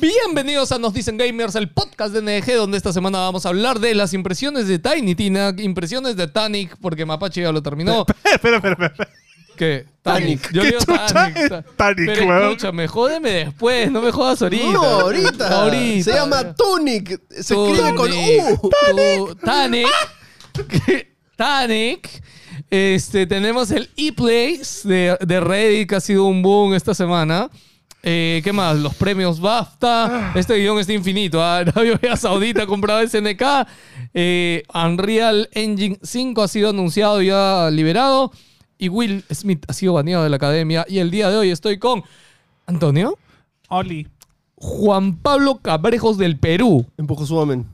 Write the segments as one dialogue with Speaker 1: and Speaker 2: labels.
Speaker 1: Bienvenidos a Nos Dicen Gamers, el podcast de NG, donde esta semana vamos a hablar de las impresiones de Tiny Tina, impresiones de Tanic, porque Mapache ya lo terminó.
Speaker 2: Espera, espera, espera.
Speaker 1: ¿Qué? Tanic.
Speaker 3: Tanic.
Speaker 1: Yo
Speaker 2: ¿Qué
Speaker 1: digo
Speaker 2: chucha
Speaker 1: Tanic.
Speaker 2: es
Speaker 1: ta-
Speaker 2: Tanic,
Speaker 1: Pero
Speaker 2: weón?
Speaker 1: escúchame, jódeme después, no me jodas ahorita.
Speaker 3: No, ahorita.
Speaker 1: Ahorita.
Speaker 3: Se llama Tunic. Se
Speaker 1: Tú,
Speaker 3: escribe con
Speaker 1: Nick,
Speaker 3: U.
Speaker 1: tú, Tanic. que- Tanic. Este, tenemos el e-plays de, de Reddit que ha sido un boom esta semana. Eh, ¿Qué más? Los premios
Speaker 3: Ah.
Speaker 1: BAFTA. Este guión está infinito. ¿ah? Arabia Saudita compraba SNK. Eh, Unreal Engine 5 ha sido anunciado y ya liberado. Y Will Smith ha sido baneado de la academia. Y el día de hoy estoy con Antonio,
Speaker 2: Oli.
Speaker 1: Juan Pablo Cabrejos del Perú.
Speaker 3: Empujo suamen.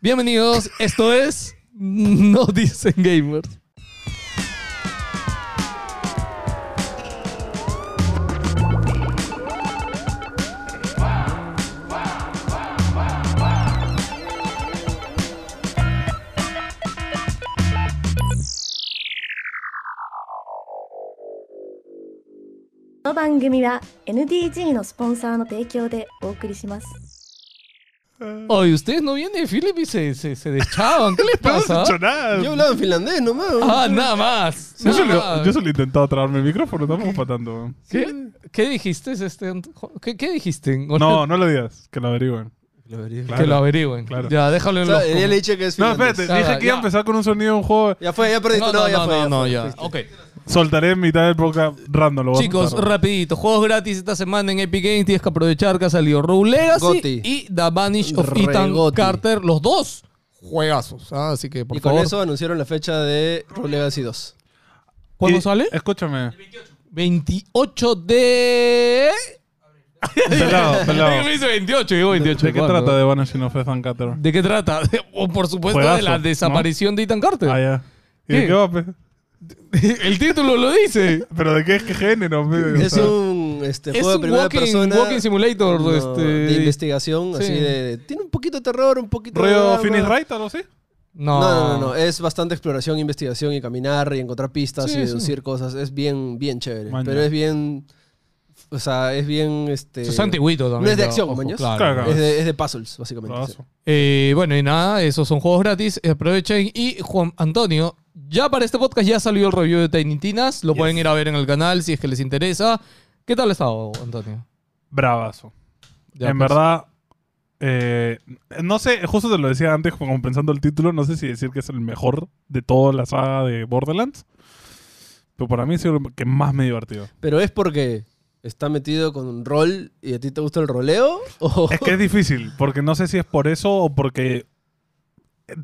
Speaker 1: Bienvenidos, esto es No Dicen Gamers.
Speaker 4: この番組は NDG のスポンサーの提供でお送りします。
Speaker 1: Oye, ustedes no vienen, Philip, y se, se, se deschaban. ¿Qué les
Speaker 2: No hemos
Speaker 1: pasa?
Speaker 2: hecho nada.
Speaker 3: Yo hablaba en finlandés nomás.
Speaker 1: Ah, nada más.
Speaker 2: Yo
Speaker 1: nada
Speaker 2: solo,
Speaker 1: más.
Speaker 2: yo solo he intentado traerme el micrófono, estamos patando. weón.
Speaker 1: ¿Qué, qué dijiste, este, Anto- ¿Qué, qué dijiste?
Speaker 2: No, no lo digas, que lo averigüen.
Speaker 1: Que
Speaker 2: claro,
Speaker 1: lo averigüen.
Speaker 2: claro.
Speaker 1: Ya, déjalo
Speaker 3: O
Speaker 1: en
Speaker 3: sea,
Speaker 1: los...
Speaker 3: ya le dije que es
Speaker 2: No,
Speaker 3: finlandés.
Speaker 2: espérate,
Speaker 1: Ya,
Speaker 2: dije que
Speaker 1: ya.
Speaker 2: iba a empezar con un sonido de un juego.
Speaker 3: Ya fue, ya perdiste.
Speaker 1: No, no,
Speaker 3: ya
Speaker 1: no,
Speaker 3: fue.
Speaker 1: no, no,
Speaker 3: fue,
Speaker 1: ya.
Speaker 3: fuiste.
Speaker 1: Ok.
Speaker 2: Soltaré en mitad del podcast random. Lo voy a
Speaker 1: Chicos,
Speaker 2: soltar.
Speaker 1: rapidito. Juegos gratis esta semana en Epic Games. Tienes que aprovechar que ha salido Rogue Legacy
Speaker 3: Goti.
Speaker 1: y The Vanish of
Speaker 3: Re
Speaker 1: Ethan
Speaker 3: goti.
Speaker 1: Carter. Los dos juegazos. Ah, así que, por
Speaker 3: Y
Speaker 1: favor.
Speaker 3: con eso anunciaron la fecha de Rogue Legacy 2.
Speaker 1: ¿Cuándo
Speaker 2: Y-
Speaker 1: sale?
Speaker 2: Escúchame.
Speaker 1: 28 de...
Speaker 2: Pelado, Oh, pelado.
Speaker 1: Me dice 28, digo 28.
Speaker 2: ¿De qué
Speaker 1: ¿cuándo?
Speaker 2: trata de Vanishing of Ethan Carter?
Speaker 1: ¿De qué trata? O, por supuesto, de
Speaker 2: Juegazo,
Speaker 1: la
Speaker 2: ¿no?
Speaker 1: desaparición de Ethan Carter.
Speaker 2: Ah, ya. ¿Y
Speaker 1: ¿Qué?
Speaker 2: de qué va? pe?
Speaker 1: El título lo dice.
Speaker 2: ¿Pero de qué es qué género? pe? O
Speaker 3: Es
Speaker 2: sea,
Speaker 3: un este,
Speaker 1: Es
Speaker 3: juego de
Speaker 1: un
Speaker 3: primera
Speaker 1: walking,
Speaker 3: persona.
Speaker 1: walking simulator.
Speaker 3: no,
Speaker 1: este,
Speaker 3: de investigación,
Speaker 1: Sí.
Speaker 3: así de. Tiene un poquito de terror, un poquito de.
Speaker 2: ¿Rollo
Speaker 3: drama.
Speaker 2: Finish Right o algo así?
Speaker 1: No,
Speaker 3: No, no, eh, no, no, Es bastante exploración, investigación y caminar y encontrar pistas
Speaker 1: Sí,
Speaker 3: y
Speaker 1: sí.
Speaker 3: deducir cosas. Es bien, bien chévere.
Speaker 2: Maña.
Speaker 3: Pero es bien. O sea, es bien. Este,
Speaker 1: Eso es antiguito también.
Speaker 3: No es de
Speaker 1: pero,
Speaker 3: acción,
Speaker 1: ojo,
Speaker 3: mañas.
Speaker 1: claro.
Speaker 2: Claro.
Speaker 3: Es de, es de puzzles, básicamente. sí.
Speaker 2: Bravazo.
Speaker 1: Eh, bueno, y nada, esos son juegos gratis. Aprovechen. Y Juan Antonio, ya para este podcast ya salió el review de Tiny Tinas. Lo pueden ir a ver en el canal si es que les interesa. ¿Qué tal ha estado, Antonio?
Speaker 2: Bravazo.
Speaker 1: Ya,
Speaker 2: en
Speaker 1: pues.
Speaker 2: verdad, eh, no sé, justo te lo decía antes, como pensando el título, no sé si decir que es el mejor de toda la saga de Borderlands. Pero para mí es el que más me he divertido.
Speaker 3: Pero es porque está metido con un rol y a ti te gusta el roleo. O...
Speaker 2: Es que es difícil, porque no sé si es por eso o porque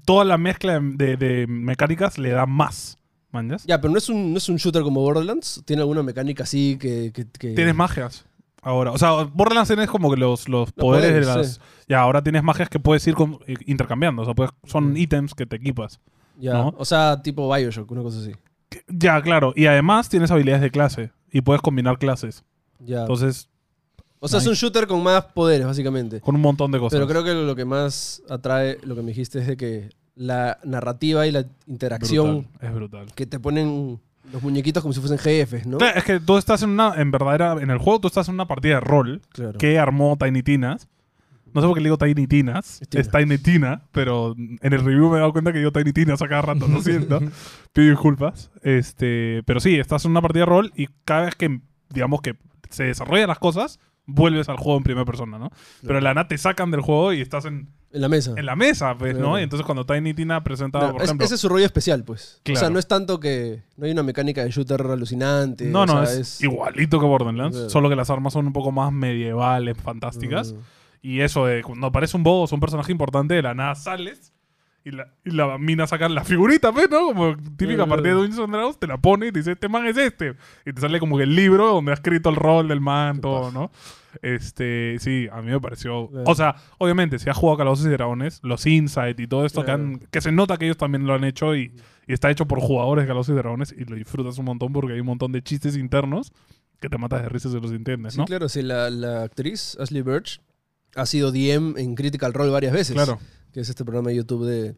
Speaker 2: toda la mezcla de, de mecánicas le da más. ¿Manjas?
Speaker 3: Ya, pero no es, un, no es un shooter como Borderlands. Tiene alguna mecánica así que. que- que-
Speaker 2: Tienes magias. Ahora, o sea, Borderlands tienes como que los, los, poderes,
Speaker 3: poderes,
Speaker 2: de las.
Speaker 3: sí.
Speaker 2: Ya, ahora tienes magias que puedes ir con- eh, intercambiando. O sea, puedes- son ítems que te equipas.
Speaker 3: Ya,
Speaker 2: ¿no?
Speaker 3: O sea, tipo Bioshock, una cosa así.
Speaker 2: Ya, claro. Y además tienes habilidades de clase y puedes combinar clases.
Speaker 3: Ya.
Speaker 2: Entonces,
Speaker 3: o sea, es un shooter con más poderes, básicamente.
Speaker 2: con un montón de cosas.
Speaker 3: Pero creo que lo que más atrae, lo que me dijiste, es de que la narrativa y la interacción
Speaker 2: Brutal, es brutal.
Speaker 3: que te ponen los muñequitos como si fuesen jefes, ¿no?
Speaker 2: Claro, es que tú estás en una, en verdadera, en el juego tú estás en una partida de rol
Speaker 3: Claro.
Speaker 2: que armó Tiny Tinas. No sé por qué le digo Tiny Tinas,
Speaker 3: Es
Speaker 2: es,
Speaker 3: Tina.
Speaker 2: Tiny Tina, pero en el review me he dado cuenta que digo Tiny Tinas a cada rato, lo siento. Pido disculpas. Este, pero sí, estás en una partida de rol y cada vez que, digamos, que se desarrollan las cosas, vuelves al juego en primera persona, ¿no? Pero la nada te sacan del juego y estás en,
Speaker 3: En la mesa.
Speaker 2: en la mesa, pues, ¿no?
Speaker 3: Claro.
Speaker 2: Y entonces cuando Tiny Tina presentaba,
Speaker 3: Claro,
Speaker 2: por
Speaker 3: es-
Speaker 2: ejemplo...
Speaker 3: ese es su rollo especial, pues. O sea,
Speaker 2: Claro.
Speaker 3: no es tanto que no hay una mecánica de shooter alucinante.
Speaker 2: no,
Speaker 3: o
Speaker 2: no,
Speaker 3: sea,
Speaker 2: es, igualito que Borderlands,
Speaker 3: Claro.
Speaker 2: solo que las armas son un poco más medievales, fantásticas.
Speaker 3: Mm.
Speaker 2: Y eso de cuando aparece un boss, un personaje importante, de la nada sales y la, y la mina saca la figurita, ¿ves? ¿no? Como típica
Speaker 3: Claro.
Speaker 2: partida de Dungeons and Dragons, te la pone y te dice, este man es este. Y te sale como que el libro donde ha escrito el rol del man, todo, ¿no? Este, sí, a mí me pareció...
Speaker 3: Claro.
Speaker 2: O sea, obviamente, si has jugado Calabozos y Dragones, los insights y todo esto
Speaker 3: Claro.
Speaker 2: que, han- que se nota que ellos también lo han hecho y, y está hecho por jugadores de Calabozos y Dragones y lo disfrutas un montón porque hay un montón de chistes internos que te matas de risa si los entiendes,
Speaker 3: Sí,
Speaker 2: ¿no?
Speaker 3: claro, sí, la, la actriz Ashley Birch ha sido DM en Critical Role varias veces.
Speaker 2: claro.
Speaker 3: Que es este programa de YouTube de,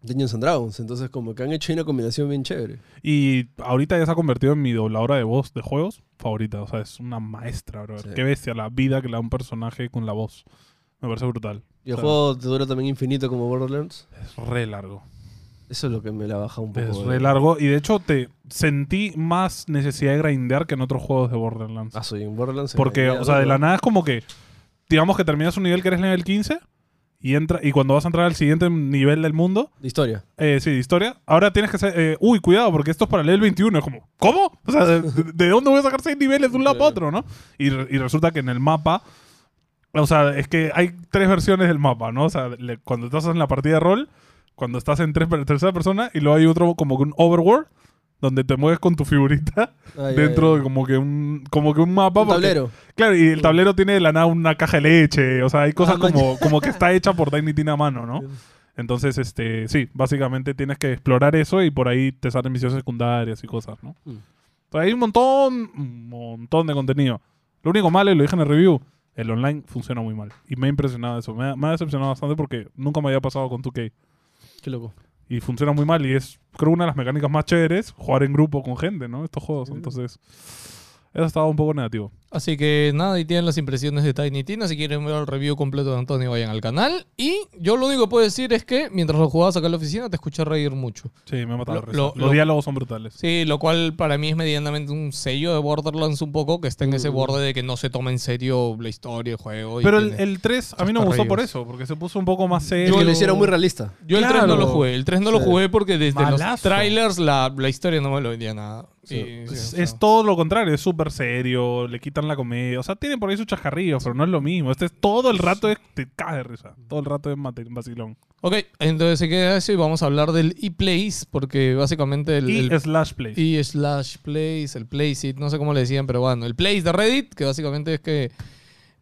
Speaker 3: Dungeons and Dragons. Entonces, como que han hecho una combinación bien chévere.
Speaker 2: Y ahorita ya se ha convertido en mi dobladora de voz de juegos favorita. O sea, es una maestra, bro.
Speaker 3: Sí.
Speaker 2: Qué bestia la vida que le da un personaje con la voz. Me parece brutal.
Speaker 3: Y el
Speaker 2: Claro.
Speaker 3: juego te dura también infinito como Borderlands.
Speaker 2: Es re largo.
Speaker 3: Eso es lo que me la baja un poco.
Speaker 2: Es
Speaker 3: de-
Speaker 2: re largo. Y de hecho, te sentí más necesidad de grindear que en otros juegos de Borderlands.
Speaker 3: Ah, soy en Borderlands.
Speaker 2: Porque, o sea, de la nada es como que. Digamos que terminas un nivel que eres nivel 15. Y, entra, y cuando vas a entrar al siguiente nivel del mundo,
Speaker 3: De historia.
Speaker 2: Eh, sí, de historia. Ahora tienes que ser. eh, uy, cuidado, porque esto es para el level 21. Es como, ¿cómo? O sea, ¿de, de dónde voy a sacar seis niveles de un lado para otro, no? Y, re- y resulta que en el mapa. O sea, es que hay tres versiones del mapa, ¿no? O sea, le- cuando estás en la partida de rol, cuando estás en tres, tercera persona, y luego hay otro como que un overworld, donde te mueves con tu figurita
Speaker 3: Ay,
Speaker 2: dentro
Speaker 3: ay,
Speaker 2: de como que un, como que un mapa.
Speaker 3: Eh, un
Speaker 2: porque-
Speaker 3: tablero.
Speaker 2: Claro, y el tablero tiene de la nada una caja de leche. O sea, hay cosas
Speaker 3: Ah,
Speaker 2: como, como que está hecha por Tiny Tina a mano, ¿no?
Speaker 3: Bien.
Speaker 2: Entonces, este, sí, básicamente tienes que explorar eso y por ahí te salen misiones secundarias y cosas, ¿no?
Speaker 3: Mm.
Speaker 2: O sea, hay un montón, un montón de contenido. Lo único malo, y lo dije en el review, el online funciona muy mal. Y me ha impresionado eso. Me ha, me ha decepcionado bastante porque nunca me había pasado con 2K.
Speaker 3: Qué loco.
Speaker 2: Y funciona muy mal y es, creo, una de las mecánicas más chéveres jugar en grupo con gente, ¿no? Estos juegos. Entonces, eso estaba un poco negativo.
Speaker 1: Así que nada, ahí tienen las impresiones de Tiny Tina. Si quieren ver el review completo de Antonio, vayan al canal. Y yo lo único que puedo decir es que mientras lo jugabas acá en la oficina, te escuché reír mucho.
Speaker 2: Sí, me ha
Speaker 1: Lo-
Speaker 2: matado. la risa.
Speaker 1: lo-
Speaker 2: Los
Speaker 1: lo-
Speaker 2: diálogos son brutales.
Speaker 1: Sí, lo cual para mí es medianamente un sello de Borderlands un poco, que está en ese borde de que no se toma en serio la historia, el juego. y
Speaker 2: Mm. Pero el,
Speaker 1: tiene-
Speaker 2: el 3 a mí no me gustó por eso, porque se puso un poco más
Speaker 3: Es
Speaker 2: serio.
Speaker 3: que lo hicieron muy realista.
Speaker 1: Yo el 3 no
Speaker 2: Claro.
Speaker 1: lo jugué. El 3 no lo
Speaker 3: Sí.
Speaker 1: jugué porque desde los
Speaker 2: Malazo.
Speaker 1: trailers la, la historia no me lo vendía nada.
Speaker 3: Sí.
Speaker 1: Y- sí,
Speaker 2: pues Es,
Speaker 1: o sea,
Speaker 2: es todo lo contrario, es súper serio, le quitan la comedia. O sea, tienen por ahí sus chascarrillos, pero no es lo mismo. Este es todo el rato es, te cae de risa. Todo el rato es mate- vacilón.
Speaker 1: Ok, entonces se queda eso y vamos a hablar del e-place, porque básicamente el, el
Speaker 2: y Slash Play.
Speaker 1: E slash place, el placeit, no sé cómo le decían, pero bueno, el place de Reddit, que básicamente es que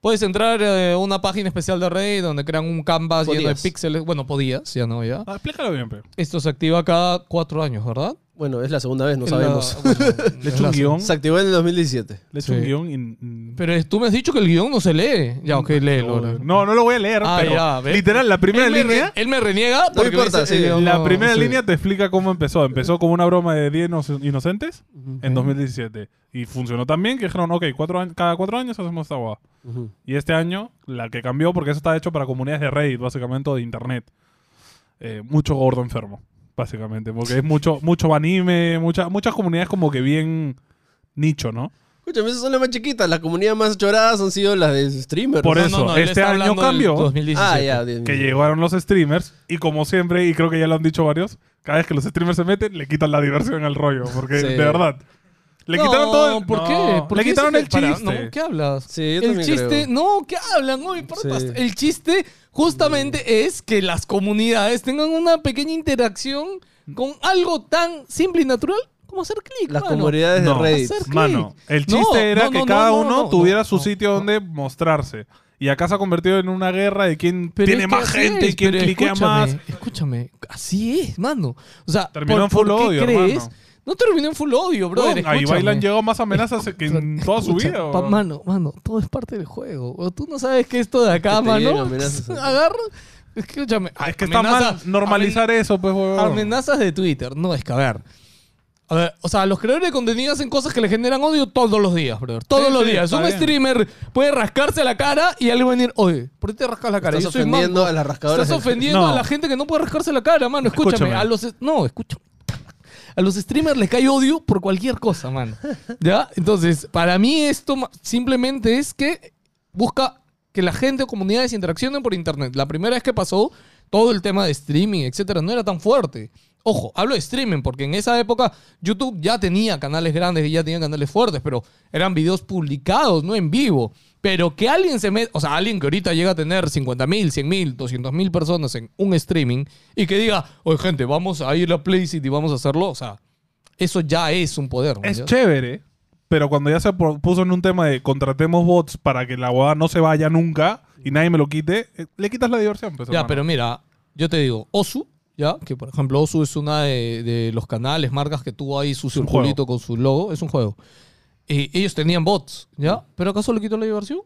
Speaker 1: puedes entrar eh, a una página especial de Reddit donde crean un canvas lleno de
Speaker 3: Podías.
Speaker 1: píxeles. Bueno, podías, ya no, ya.
Speaker 2: Ah, explícalo bien, pero.
Speaker 1: Esto se activa cada cuatro años, ¿verdad?
Speaker 3: Bueno, es la segunda vez, no
Speaker 1: En la-
Speaker 3: sabemos.
Speaker 1: bueno, es
Speaker 2: Le echo
Speaker 1: la-
Speaker 2: un guión.
Speaker 3: Se activó en el 2017.
Speaker 2: Le echo
Speaker 1: Sí.
Speaker 2: un guión y. mm,
Speaker 1: Pero es- tú me has dicho que el guión no se lee. Ya, ok, léelo. ahora.
Speaker 2: No, no lo voy a leer,
Speaker 1: Ah,
Speaker 2: pero
Speaker 1: ya, ¿ves?
Speaker 2: literal, la primera
Speaker 1: él me re-
Speaker 2: línea.
Speaker 1: él me reniega porque me
Speaker 3: importa,
Speaker 1: dice,
Speaker 3: sí,
Speaker 1: el guión
Speaker 2: La
Speaker 1: no-
Speaker 2: primera
Speaker 1: sí.
Speaker 2: línea te explica cómo empezó. Empezó como una broma de 10 ino- inocentes en 2017. Y funcionó tan bien que dijeron, ok, cuatro años- cada cuatro años hacemos esta guada.
Speaker 3: Ujú.
Speaker 2: Y este año, la que cambió, porque eso está hecho para comunidades de Reddit, básicamente, o de internet. Eh, mucho gordo enfermo, básicamente. Porque es mucho, mucho anime, mucha- muchas comunidades como que bien nicho, ¿no?
Speaker 3: Escúchame, esas son las más chiquitas. Las comunidades más lloradas han sido las de streamers.
Speaker 2: Por
Speaker 1: No,
Speaker 2: eso,
Speaker 1: no, no, él
Speaker 2: este
Speaker 1: está
Speaker 2: año
Speaker 1: hablando del
Speaker 2: cambió.
Speaker 1: 2017.
Speaker 3: Ah, ya. de-
Speaker 2: Que llegaron los streamers, y como siempre, y creo que ya lo han dicho varios, cada vez que los streamers se meten, le quitan la diversión al rollo. Porque,
Speaker 3: Sí.
Speaker 2: de verdad. Le
Speaker 1: No,
Speaker 2: quitaron todo. el-
Speaker 1: ¿Por
Speaker 2: no,
Speaker 1: qué? ¿Por
Speaker 2: le
Speaker 1: qué
Speaker 2: quitaron
Speaker 1: se-
Speaker 2: el
Speaker 1: para,
Speaker 2: chiste.
Speaker 1: no, ¿Qué hablas?
Speaker 3: Sí, yo
Speaker 1: el
Speaker 3: también
Speaker 1: chiste,
Speaker 3: creo.
Speaker 1: no, ¿qué hablan? No me importa.
Speaker 3: Sí.
Speaker 1: El chiste justamente es que las comunidades tengan una pequeña interacción con algo tan simple y natural como hacer clic.
Speaker 3: Las
Speaker 1: mano.
Speaker 3: comunidades de
Speaker 2: No.
Speaker 3: Reddit.
Speaker 1: Hacer clic.
Speaker 2: Mano, el chiste
Speaker 1: No,
Speaker 2: era
Speaker 1: no, no,
Speaker 2: que
Speaker 1: no,
Speaker 2: cada
Speaker 1: no,
Speaker 2: uno
Speaker 1: no,
Speaker 2: tuviera
Speaker 1: no,
Speaker 2: su
Speaker 1: no,
Speaker 2: sitio
Speaker 1: no.
Speaker 2: donde mostrarse. Y acá se ha convertido en una guerra de quién
Speaker 1: Pero
Speaker 2: tiene
Speaker 1: es que
Speaker 2: más
Speaker 1: así
Speaker 2: gente y
Speaker 1: es,
Speaker 2: quién
Speaker 1: pero
Speaker 2: cliquea más.
Speaker 1: escúchame, Escúchame, así es, mano. O sea,
Speaker 2: Terminó
Speaker 1: ¿por-
Speaker 2: en full
Speaker 1: por qué
Speaker 2: odio,
Speaker 1: crees?
Speaker 2: hermano.
Speaker 1: No terminó en full odio, brother.
Speaker 2: Huevón, ahí
Speaker 1: escúchame.
Speaker 2: bailan llegó más amenazas que en toda su
Speaker 1: Escucha,
Speaker 2: vida.
Speaker 1: pa-
Speaker 2: huevón.
Speaker 1: mano, mano, todo es parte del juego. O tú no sabes que esto de acá,
Speaker 3: Que te
Speaker 1: mano.
Speaker 3: lleguen amenazas.
Speaker 1: Agarra. Escúchame.
Speaker 2: Ah, Es que está mal
Speaker 1: amenaza-
Speaker 2: normalizar eso, pues, huevón.
Speaker 1: amen- Amenazas de Twitter. No, es que a ver. A ver, o sea, los creadores de contenido hacen cosas que le generan odio todos los días, brother. Todos
Speaker 2: Sí,
Speaker 1: los
Speaker 2: sí,
Speaker 1: días.
Speaker 2: está
Speaker 1: Un
Speaker 2: bien.
Speaker 1: streamer puede rascarse la cara y alguien va a venir, oye, ¿por qué te rascas la cara? Yo
Speaker 3: Estás
Speaker 1: soy
Speaker 3: ofendiendo
Speaker 1: manco".
Speaker 3: a las rascadoras
Speaker 1: Estás
Speaker 3: de-
Speaker 1: ofendiendo
Speaker 2: No.
Speaker 1: a la gente que no puede rascarse la cara, mano. Escúchame.
Speaker 2: Escúchame.
Speaker 1: A los... No, escúchame. A los streamers les cae odio por cualquier cosa, mano. ¿Ya? Entonces, para mí esto ma- simplemente es que busca que la gente o comunidades interaccionen por internet. La primera vez que pasó, todo el tema de streaming, etcétera, no era tan fuerte. Ojo, hablo de streaming porque en esa época YouTube ya tenía canales grandes y ya tenía canales fuertes, pero eran videos publicados, no en vivo. Pero que alguien se meta, o sea, alguien que ahorita llega a tener 50 mil, 100 mil, 200 mil personas en un streaming y que diga, oye gente, vamos a ir a PlayStation y vamos a hacerlo, o sea, eso ya es un poder. ¿me
Speaker 2: Es
Speaker 1: entiendes?
Speaker 2: chévere, pero cuando ya se pro- puso en un tema de contratemos bots para que la guada no se vaya nunca y nadie me lo quite, eh, le quitas la diversión, pues,
Speaker 1: Ya,
Speaker 2: hermano.
Speaker 1: pero mira, yo te digo, Osu, ya, que por ejemplo Osu es una de, de los canales, marcas que tuvo ahí su
Speaker 2: un
Speaker 1: circulito con su logo, es un juego. Eh, ellos tenían bots, ¿ya? ¿Pero acaso le quitó la diversión?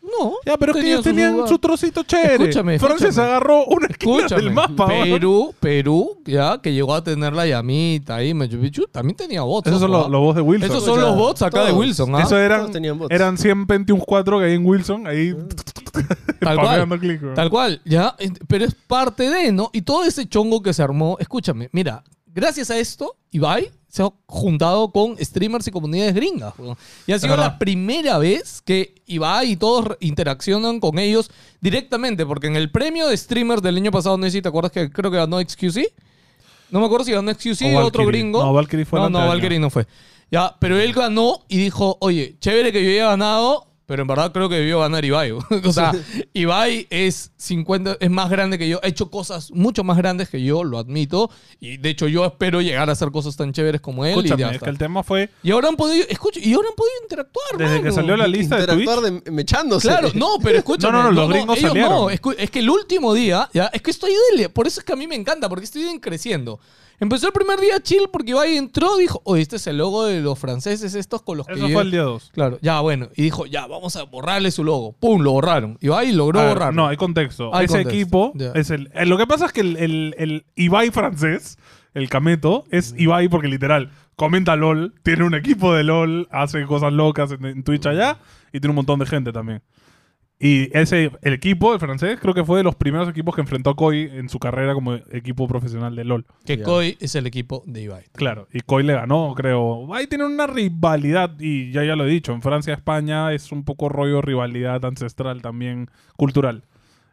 Speaker 1: No.
Speaker 2: Mm. Ya, pero es que
Speaker 1: tenía
Speaker 2: ellos tenían
Speaker 1: lugar.
Speaker 2: su trocito chévere.
Speaker 1: Escúchame,
Speaker 2: Francia se
Speaker 1: escúchame.
Speaker 2: agarró una esquina
Speaker 1: Escúchame,
Speaker 2: del mapa. weón.
Speaker 1: Perú, Perú, ya, que llegó a tener la llamita ahí, Machu Picchu, también tenía bots.
Speaker 2: Esos son
Speaker 1: ojo,
Speaker 2: los,
Speaker 1: ah.
Speaker 2: los bots de Wilson.
Speaker 1: Esos son los bots acá de
Speaker 3: Todos.
Speaker 1: Wilson, ¿ah?
Speaker 2: Eso eran,
Speaker 3: Todos tenían bots. Ah.
Speaker 2: eran 100 Pentium 4 que hay en Wilson, ahí
Speaker 1: Tal
Speaker 2: papeando
Speaker 1: cual.
Speaker 2: clic. weón.
Speaker 1: Tal cual, ya. Ent- Pero es parte de, ¿no? Y todo ese chongo que se armó, escúchame, mira, gracias a esto, Ibai se ha juntado con streamers y comunidades gringas. weón. Y ha sido
Speaker 2: verdad.
Speaker 1: la primera vez que Ibai y todos re- interaccionan con ellos directamente, porque en el premio de streamers del año pasado, no sé si te acuerdas que creo que ganó XQC. No me acuerdo si ganó XQC o,
Speaker 2: O
Speaker 1: otro
Speaker 2: Valkyrie.
Speaker 1: gringo.
Speaker 2: No, Valkyrie fue el
Speaker 1: No, no,
Speaker 2: anteaño.
Speaker 1: Valkyrie no fue. Ya, pero él ganó y dijo, oye, chévere que yo haya ganado, pero en verdad creo que debió ganar Ibai. o sea, Ibai es 50, es más grande que yo, ha hecho cosas mucho más grandes que yo, lo admito. Y de hecho yo espero llegar a hacer cosas tan chéveres como él. y, ya
Speaker 2: Escúchame, es
Speaker 1: está.
Speaker 2: que el tema fue
Speaker 1: y ahora han podido, escucha, y ahora han podido interactuar.
Speaker 2: desde que
Speaker 1: mano.
Speaker 2: salió la lista de Twitch.
Speaker 3: Interactuar de, mechándose.
Speaker 1: Claro, no, pero escúchame.
Speaker 2: No, no, no, los gringos
Speaker 1: ellos
Speaker 2: salieron.
Speaker 1: no, escu- es que el último día, ya, es que estoy de por eso es que a mí me encanta, porque estoy creciendo. Empezó el primer día chill porque Ibai entró, dijo, oye, este es el logo de los franceses estos con los que
Speaker 2: Eso
Speaker 1: yo-".
Speaker 2: fue el día 2.
Speaker 1: Claro, ya, bueno. Y dijo, ya, vamos a borrarle su logo. Pum, lo borraron. Ibai logró
Speaker 2: A ver,
Speaker 1: borrarlo.
Speaker 2: Ah, No, hay contexto.
Speaker 1: Hay
Speaker 2: Ese
Speaker 1: contexto,
Speaker 2: equipo
Speaker 1: ya.
Speaker 2: es el, eh, Lo que pasa es que el, el- el Ibai francés, el Cameto, es Ibai porque literal comenta LOL, tiene un equipo de LOL, hace cosas locas en, en Twitch allá y tiene un montón de gente también. Y ese, el equipo, el francés, creo que fue de los primeros equipos que enfrentó a Koi en su carrera como equipo profesional de LOL.
Speaker 1: que
Speaker 3: Ya.
Speaker 1: Koi es el equipo de Ibai.
Speaker 2: Claro, y Koi le ganó, creo. Ahí tienen una rivalidad, y ya ya lo he dicho, en Francia, España es un poco rollo rivalidad ancestral también, cultural.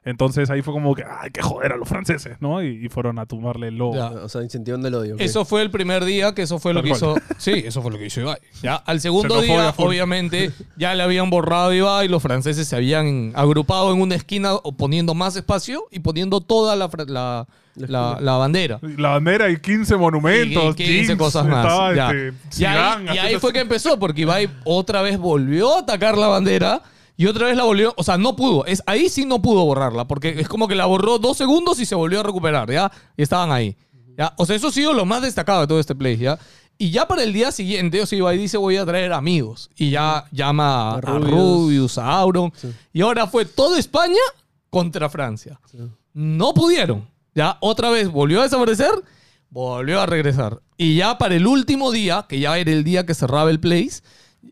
Speaker 2: Entonces ahí fue como que, ay, que joder a los franceses, ¿no? Y, y fueron a tumbarle el lobo.
Speaker 1: Ya.
Speaker 3: Ah, O sea, incentivando el odio. ok.
Speaker 1: Eso fue el primer día, que eso fue lo
Speaker 2: Tal
Speaker 1: que hizo.
Speaker 2: cual.
Speaker 1: Sí, eso fue lo que hizo Ibai. Ya, al segundo
Speaker 2: Xenofobia
Speaker 1: día,
Speaker 2: full.
Speaker 1: obviamente, ya le habían borrado a Ibai, los franceses se habían agrupado en una esquina o poniendo más espacio y poniendo toda la, fra- la, la- la bandera.
Speaker 2: La bandera y 15 monumentos,
Speaker 1: Y 15
Speaker 2: jeans,
Speaker 1: cosas más.
Speaker 2: estaba,
Speaker 1: ya.
Speaker 2: este,
Speaker 1: y ahí,
Speaker 2: Zidane,
Speaker 1: y ahí
Speaker 2: haciendo-
Speaker 1: fue que empezó, porque Ibai otra vez volvió a atacar la bandera y otra vez la volvió. O sea, no pudo. Es, ahí sí no pudo borrarla, porque es como que la borró dos segundos y se volvió a recuperar, ¿ya? Y estaban ahí. ¿ya? O sea, eso ha sido lo más destacado de todo este play, ¿ya? Y ya para el día siguiente, o sea, Ibai dice voy a traer amigos. Y ya llama a,
Speaker 3: A
Speaker 1: a
Speaker 3: Rubius.
Speaker 1: Rubius, a Auron.
Speaker 3: Sí.
Speaker 1: Y ahora fue toda España contra Francia
Speaker 3: Sí.
Speaker 1: no pudieron. Ya otra vez volvió a desaparecer, volvió a regresar. Y ya para el último día, que ya era el día que cerraba el place,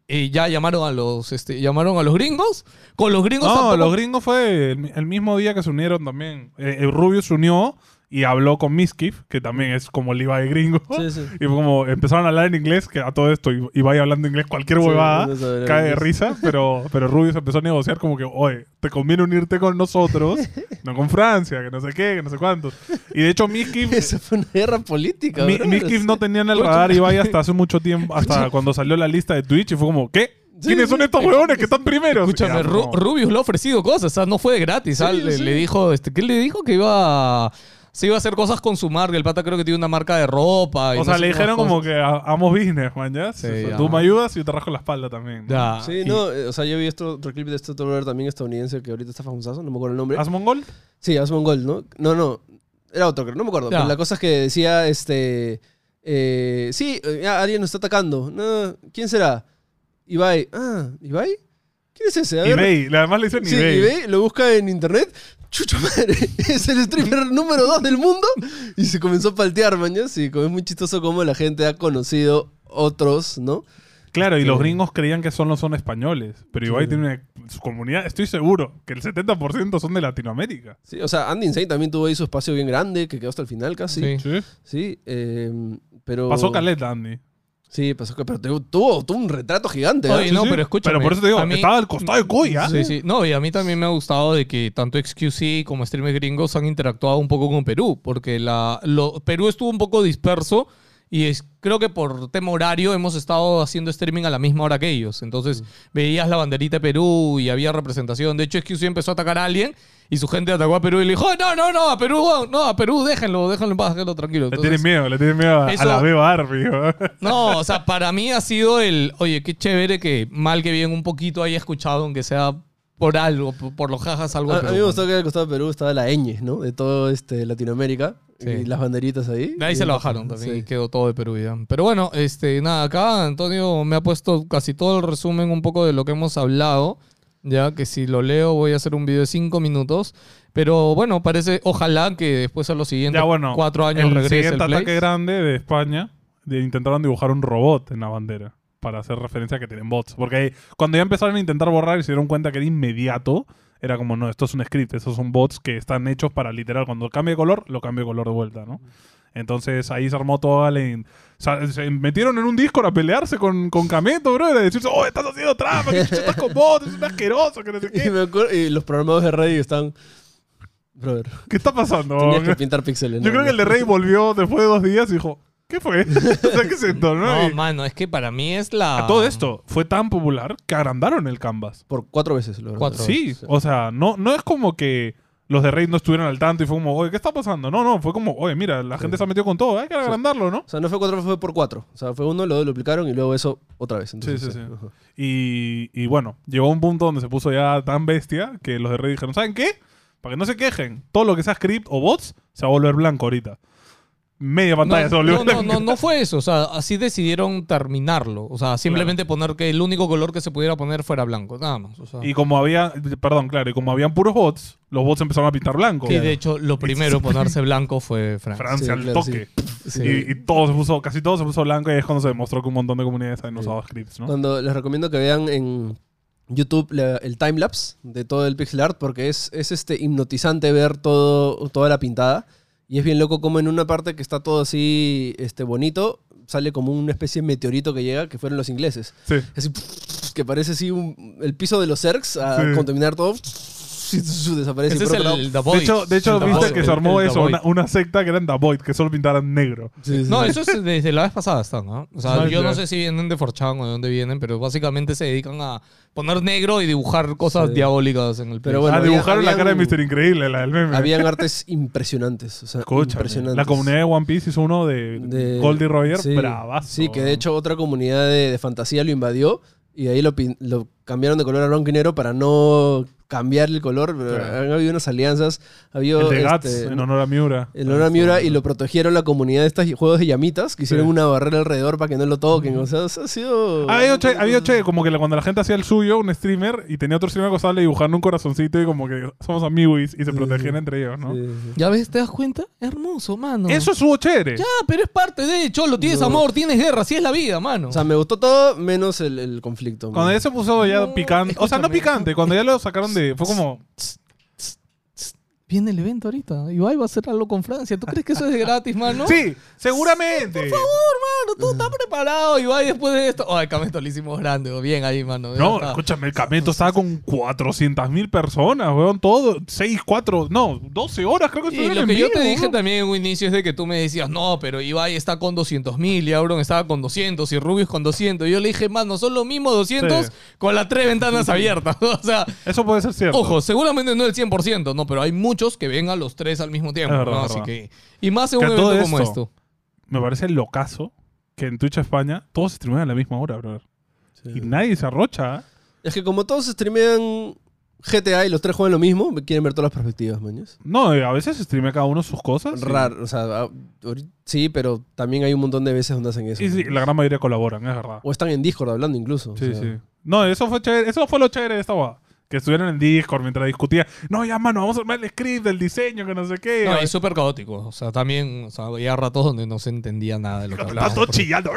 Speaker 1: eh, ya llamaron a los este, llamaron a los gringos. Con los gringos
Speaker 2: No,
Speaker 1: tampoco-
Speaker 2: los gringos fue el, el mismo día que se unieron también. Eh, eh, Rubio se unió y habló con Miskif, que también es como el Ibai gringo.
Speaker 3: Sí, sí.
Speaker 2: Y fue como empezaron a hablar en inglés, que a todo esto y- Ibai hablando inglés, cualquier
Speaker 3: Sí,
Speaker 2: huevada,
Speaker 3: no sabe hablar
Speaker 2: cae de
Speaker 3: inglés.
Speaker 2: risa, pero, pero Rubio se empezó a negociar como que, oye, te conviene unirte con nosotros, no con Francia, que no sé qué, que no sé cuántos. Y de hecho Miskif...
Speaker 3: Eso fue una guerra política,
Speaker 2: Mi-
Speaker 3: bro.
Speaker 2: Miskif no tenía en el radar Ibai hasta hace mucho tiempo, hasta cuando salió la lista de Twitch y fue como, ¿qué? ¿Quiénes son estos huevones que están primeros?
Speaker 1: Escúchame,
Speaker 2: Ya,
Speaker 1: Ru-
Speaker 2: no.
Speaker 1: Rubius le ha ofrecido cosas, o sea, no fue de gratis. ah, le, le dijo, este, ¿qué le dijo? Que iba a- se iba a hacer cosas con su marca. El pata creo que tiene una marca de ropa. y
Speaker 2: O
Speaker 1: no
Speaker 2: sea,
Speaker 1: sé
Speaker 2: le
Speaker 1: qué más
Speaker 2: dijeron como
Speaker 1: cosas.
Speaker 2: que a- amos business, man, ¿ya?
Speaker 1: Sí,
Speaker 2: O sea,
Speaker 1: ya.
Speaker 2: Tú me ayudas y yo te rasco la espalda también. ¿no?
Speaker 1: Ya,
Speaker 3: Sí,
Speaker 1: y-
Speaker 3: no, eh, o sea, yo vi esto, otro clip de este otro brother también estadounidense que ahorita está famosazo, no me acuerdo el nombre.
Speaker 2: ¿Asmongold?
Speaker 3: Sí, Asmongold, ¿no? No, no, era otro, creo, no me acuerdo.
Speaker 1: Ya.
Speaker 3: Pero la cosa es que decía, este, eh, sí, eh, ya, alguien nos está atacando. No, ¿quién será? Ibai. Ah, ¿Ibai? ¿Quién es ese? A ver.
Speaker 2: eBay. Además le dicen
Speaker 3: Sí,
Speaker 2: eBay.
Speaker 3: eBay, lo busca en internet. Chucha madre, es el streamer número 2 del mundo. Y se comenzó a paltear, mañana. Sí, como es muy chistoso cómo la gente ha conocido otros, ¿no?
Speaker 2: Claro, y
Speaker 3: Sí.
Speaker 2: los gringos creían que solo son españoles. Pero Ibai
Speaker 3: Sí.
Speaker 2: tiene una su comunidad, estoy seguro, que el 70% son de Latinoamérica.
Speaker 3: Sí, o sea, Andy Insane también tuvo ahí su espacio bien grande, que quedó hasta el final casi.
Speaker 1: Sí. Oh.
Speaker 3: Sí,
Speaker 2: Sí.
Speaker 3: eh, pero...
Speaker 2: Pasó caleta, Andy.
Speaker 3: Sí, pasó caleta. Pero tuvo, tuvo, tuvo un retrato gigante. ¿ah?
Speaker 1: Oye,
Speaker 2: Sí,
Speaker 1: no,
Speaker 2: sí.
Speaker 1: pero escúchame.
Speaker 2: Pero por eso te digo,
Speaker 1: a mí-
Speaker 2: estaba al costado de Coy, ¿ah?
Speaker 1: Sí, sí. No, y a mí también me ha gustado de que tanto XQC como streamers gringos han interactuado un poco con Perú, porque la, lo- Perú estuvo un poco disperso y es, creo que por tema horario hemos estado haciendo streaming a la misma hora que ellos.
Speaker 2: Mm.
Speaker 1: Entonces veías la banderita de Perú y había representación. De hecho, XQC empezó a atacar a alguien y su gente atacó a Perú y le dijo, "Ay, no, no, no, a Perú, no, a Perú, déjenlo, déjenlo en paz, déjenlo tranquilo.
Speaker 2: Le
Speaker 1: Entonces,
Speaker 2: tienen miedo, le tienen miedo a,
Speaker 1: Eso-
Speaker 2: a la Beba Army. ¿no?
Speaker 1: no, o sea, para mí ha sido el, oye, qué chévere que mal que bien un poquito haya escuchado, aunque sea por algo, por, por los jajas, algo.
Speaker 3: A, a
Speaker 1: pero
Speaker 3: mí me
Speaker 1: bueno.
Speaker 3: gustó que al costado de Perú estaba la ñ, ¿no? De todo este, Latinoamérica.
Speaker 1: Sí.
Speaker 3: Y las banderitas ahí.
Speaker 1: De ahí
Speaker 3: Y
Speaker 1: se
Speaker 3: el-
Speaker 1: lo bajaron también y
Speaker 3: sí.
Speaker 1: quedó todo de Perú ya. Pero bueno, este, nada, acá Antonio me ha puesto casi todo el resumen un poco de lo que hemos hablado. ya que si lo leo voy a hacer un video de 5 minutos. Pero bueno, parece, ojalá que después a los siguientes
Speaker 2: Ya, bueno.
Speaker 1: cuatro años
Speaker 2: el
Speaker 1: regrese
Speaker 2: siguiente
Speaker 1: el Play.
Speaker 2: ataque grande de España de- intentaron dibujar un robot en la bandera para hacer referencia a que tienen bots. Porque ahí, cuando ya empezaron a intentar borrar y se dieron cuenta que era inmediato, era como, no, esto es un script, estos son bots que están hechos para literal, cuando cambie de color, lo cambio de color de vuelta, ¿no? Entonces ahí se armó toda la... in- o sea, se metieron en un Discord a pelearse con, con Cameto, bro, y a decirse, oh, estás haciendo trampa, que chucha estás con bots, es un asqueroso, que no sé
Speaker 3: Y,
Speaker 2: qué.
Speaker 3: me acuerdo- y los programados de radio están. Brother,
Speaker 2: ¿Qué está pasando?
Speaker 3: tenías que pintar píxeles.
Speaker 2: Yo creo que el de Rey volvió después de dos días y dijo, ¿qué fue? o sea, que se entornó.
Speaker 1: No,
Speaker 2: y-
Speaker 1: mano, es que para mí es la...
Speaker 2: A todo esto fue tan popular que agrandaron el canvas.
Speaker 3: Por cuatro veces, lo
Speaker 1: Cuatro.
Speaker 2: Sí, o sea, no, no es como que los de Rey no estuvieron al tanto y fue como, oye, ¿qué está pasando? No, no, fue como, oye, mira, la gente se ha metido con todo, hay que agrandarlo, ¿no?
Speaker 3: O sea, no fue cuatro, fue por cuatro. O sea, fue uno, luego lo duplicaron y luego eso otra vez. Entonces,
Speaker 2: Sí, sí, sí.
Speaker 3: ajá.
Speaker 2: Y, y bueno, llegó un punto donde se puso ya tan bestia que los de Reddit dijeron, ¿saben qué? Para que no se quejen, todo lo que sea script o bots se va a volver blanco ahorita. Media pantalla se
Speaker 1: no,
Speaker 2: volvió
Speaker 1: no, no,
Speaker 2: blanca.
Speaker 1: no, no fue eso. O sea, así decidieron terminarlo. O sea, simplemente poner que el único color que se pudiera poner fuera blanco. Nada más. O sea,
Speaker 2: Y como había, perdón, claro, y como habían puros bots, los bots empezaron a pintar blanco.
Speaker 1: y de hecho, lo primero en ponerse blanco fue Francia.
Speaker 2: Francia
Speaker 3: Sí,
Speaker 2: al
Speaker 3: claro,
Speaker 2: toque.
Speaker 1: Sí.
Speaker 2: Y, y todo se puso, casi todo se puso blanco y es cuando se demostró que un montón de comunidades habían usado scripts, ¿no?
Speaker 3: Cuando les recomiendo que vean en YouTube la- el timelapse de todo el pixel art porque es, es este hipnotizante ver todo, toda la pintada. Y es bien loco como en una parte que está todo así este, bonito, sale como una especie de meteorito que llega, que fueron los ingleses.
Speaker 2: Sí.
Speaker 3: Así, que parece así un- el piso de los Zergs a
Speaker 2: Sí.
Speaker 3: contaminar todo. Y desaparece.
Speaker 1: Ese
Speaker 3: y
Speaker 1: es
Speaker 3: por
Speaker 1: el,
Speaker 3: otro lado-
Speaker 1: el The
Speaker 2: De
Speaker 1: Void.
Speaker 2: hecho, de hecho
Speaker 1: El The
Speaker 2: viste
Speaker 1: Void.
Speaker 2: que se armó
Speaker 1: El The
Speaker 2: eso,
Speaker 1: Void.
Speaker 2: una, una secta que eran The Void, que solo pintaran negro.
Speaker 3: Sí, sí,
Speaker 1: No,
Speaker 3: sí.
Speaker 1: eso es desde la vez pasada están, ¿no? O sea,
Speaker 2: No,
Speaker 1: yo no
Speaker 2: claro.
Speaker 1: sé si vienen de Forchan o de dónde vienen, pero básicamente se dedican a poner negro y dibujar cosas
Speaker 3: Sí.
Speaker 1: diabólicas en el
Speaker 3: Pero
Speaker 1: Play.
Speaker 3: bueno,
Speaker 2: ah,
Speaker 3: había-
Speaker 2: dibujaron la cara de
Speaker 3: habían-
Speaker 2: Mr. Increíble, la del meme.
Speaker 3: Habían artes impresionantes. O sea,
Speaker 2: Escúchame,
Speaker 3: impresionantes.
Speaker 2: la comunidad de One Piece hizo uno de,
Speaker 3: de-
Speaker 2: Goldie Roger,
Speaker 3: sí,
Speaker 2: bravazo.
Speaker 3: Sí, que de hecho otra comunidad de, de fantasía lo invadió y de ahí lo, pin- lo cambiaron de color a blanco y negro para no cambiar el color. Pero
Speaker 2: Claro.
Speaker 3: han habido unas alianzas. Ha habido,
Speaker 2: El de Guts,
Speaker 3: este,
Speaker 2: en honor a Miura.
Speaker 3: el honor a Miura y lo protegieron la comunidad de estos juegos de llamitas que hicieron
Speaker 2: Sí.
Speaker 3: una barrera alrededor para que no lo toquen. O sea, eso ha sido.
Speaker 2: Ah, había oche, había oche, como que la- cuando la gente hacía el suyo, un streamer, y tenía otro streamer que estaba dibujando un corazoncito y como que somos amigos y se protegían entre ellos, ¿no?
Speaker 3: Sí, sí.
Speaker 1: ¿Ya ves? ¿Te das cuenta? Hermoso, mano.
Speaker 2: Eso estuvo chévere.
Speaker 1: Ya, pero es parte de Cholo. Tienes
Speaker 3: No.
Speaker 1: amor, tienes guerra, así es la vida, mano.
Speaker 3: O sea, me gustó todo menos el, el conflicto.
Speaker 2: Cuando
Speaker 3: man.
Speaker 2: ya se puso ya
Speaker 1: No,
Speaker 2: picante, o sea, no
Speaker 1: escúchame.
Speaker 2: picante, cuando ya lo sacaron de. Fue como.
Speaker 1: Viene el evento ahorita. Ibai va a hacer algo con Francia. ¿Tú crees que eso es de gratis, mano?
Speaker 2: Sí, seguramente.
Speaker 1: Por favor, mano. Tú estás preparado, Ibai, después de esto. Ay, Cameto, lo hicimos grande. Bien ahí, mano. Ya
Speaker 2: No,
Speaker 3: Ah.
Speaker 1: está.
Speaker 2: escúchame, el Cameto estaba con 400.000 mil personas, weón, todo. 6, 4, no, 12 horas creo que
Speaker 1: Y
Speaker 2: estuvieron
Speaker 1: lo
Speaker 2: en
Speaker 1: que yo
Speaker 2: vivo,
Speaker 1: te dije
Speaker 2: weón.
Speaker 1: también en un inicio es de que tú me decías, no, pero Ibai está con 200 mil y Auron estaba con 200 y Rubius con 200. Y yo le dije, mano, son los mismos 200
Speaker 2: Sí.
Speaker 1: con las tres ventanas abiertas. o sea,
Speaker 2: Eso puede ser cierto.
Speaker 1: ojo, seguramente no el 100%, no, pero hay muchos que ven a los tres al mismo tiempo.
Speaker 2: Es verdad,
Speaker 1: ¿no?
Speaker 2: es
Speaker 1: Así
Speaker 2: verdad.
Speaker 1: que, y más en un
Speaker 2: Que a todo
Speaker 1: evento como
Speaker 2: esto-
Speaker 1: esto.
Speaker 2: Me parece locazo que en Twitch España todos se streamean a la misma hora, brother.
Speaker 3: Sí.
Speaker 2: Y nadie se arrocha. ¿eh?
Speaker 3: Es que como todos streamean GTA y los tres juegan lo mismo, quieren ver todas las perspectivas, mañas.
Speaker 2: No, eh, a veces se streamea cada uno sus cosas. y-
Speaker 3: Raro, o sea, ah, ahori- sí, pero también hay un montón de veces donde hacen eso.
Speaker 2: Y, sí, la gran mayoría colaboran, es verdad.
Speaker 3: O están en Discord hablando incluso. o
Speaker 2: Sí,
Speaker 3: sea.
Speaker 2: sí. No, eso fue chévere, eso fue lo chévere de esta guada. Que estuvieron en Discord mientras discutían. No, ya, mano, vamos a armar el script, el diseño, que no sé qué.
Speaker 1: No,
Speaker 2: A-
Speaker 1: es súper caótico. O sea, también, o sea, había ratos donde no se entendía nada de lo que
Speaker 2: Estás
Speaker 1: hablábamos.
Speaker 2: todo chillando.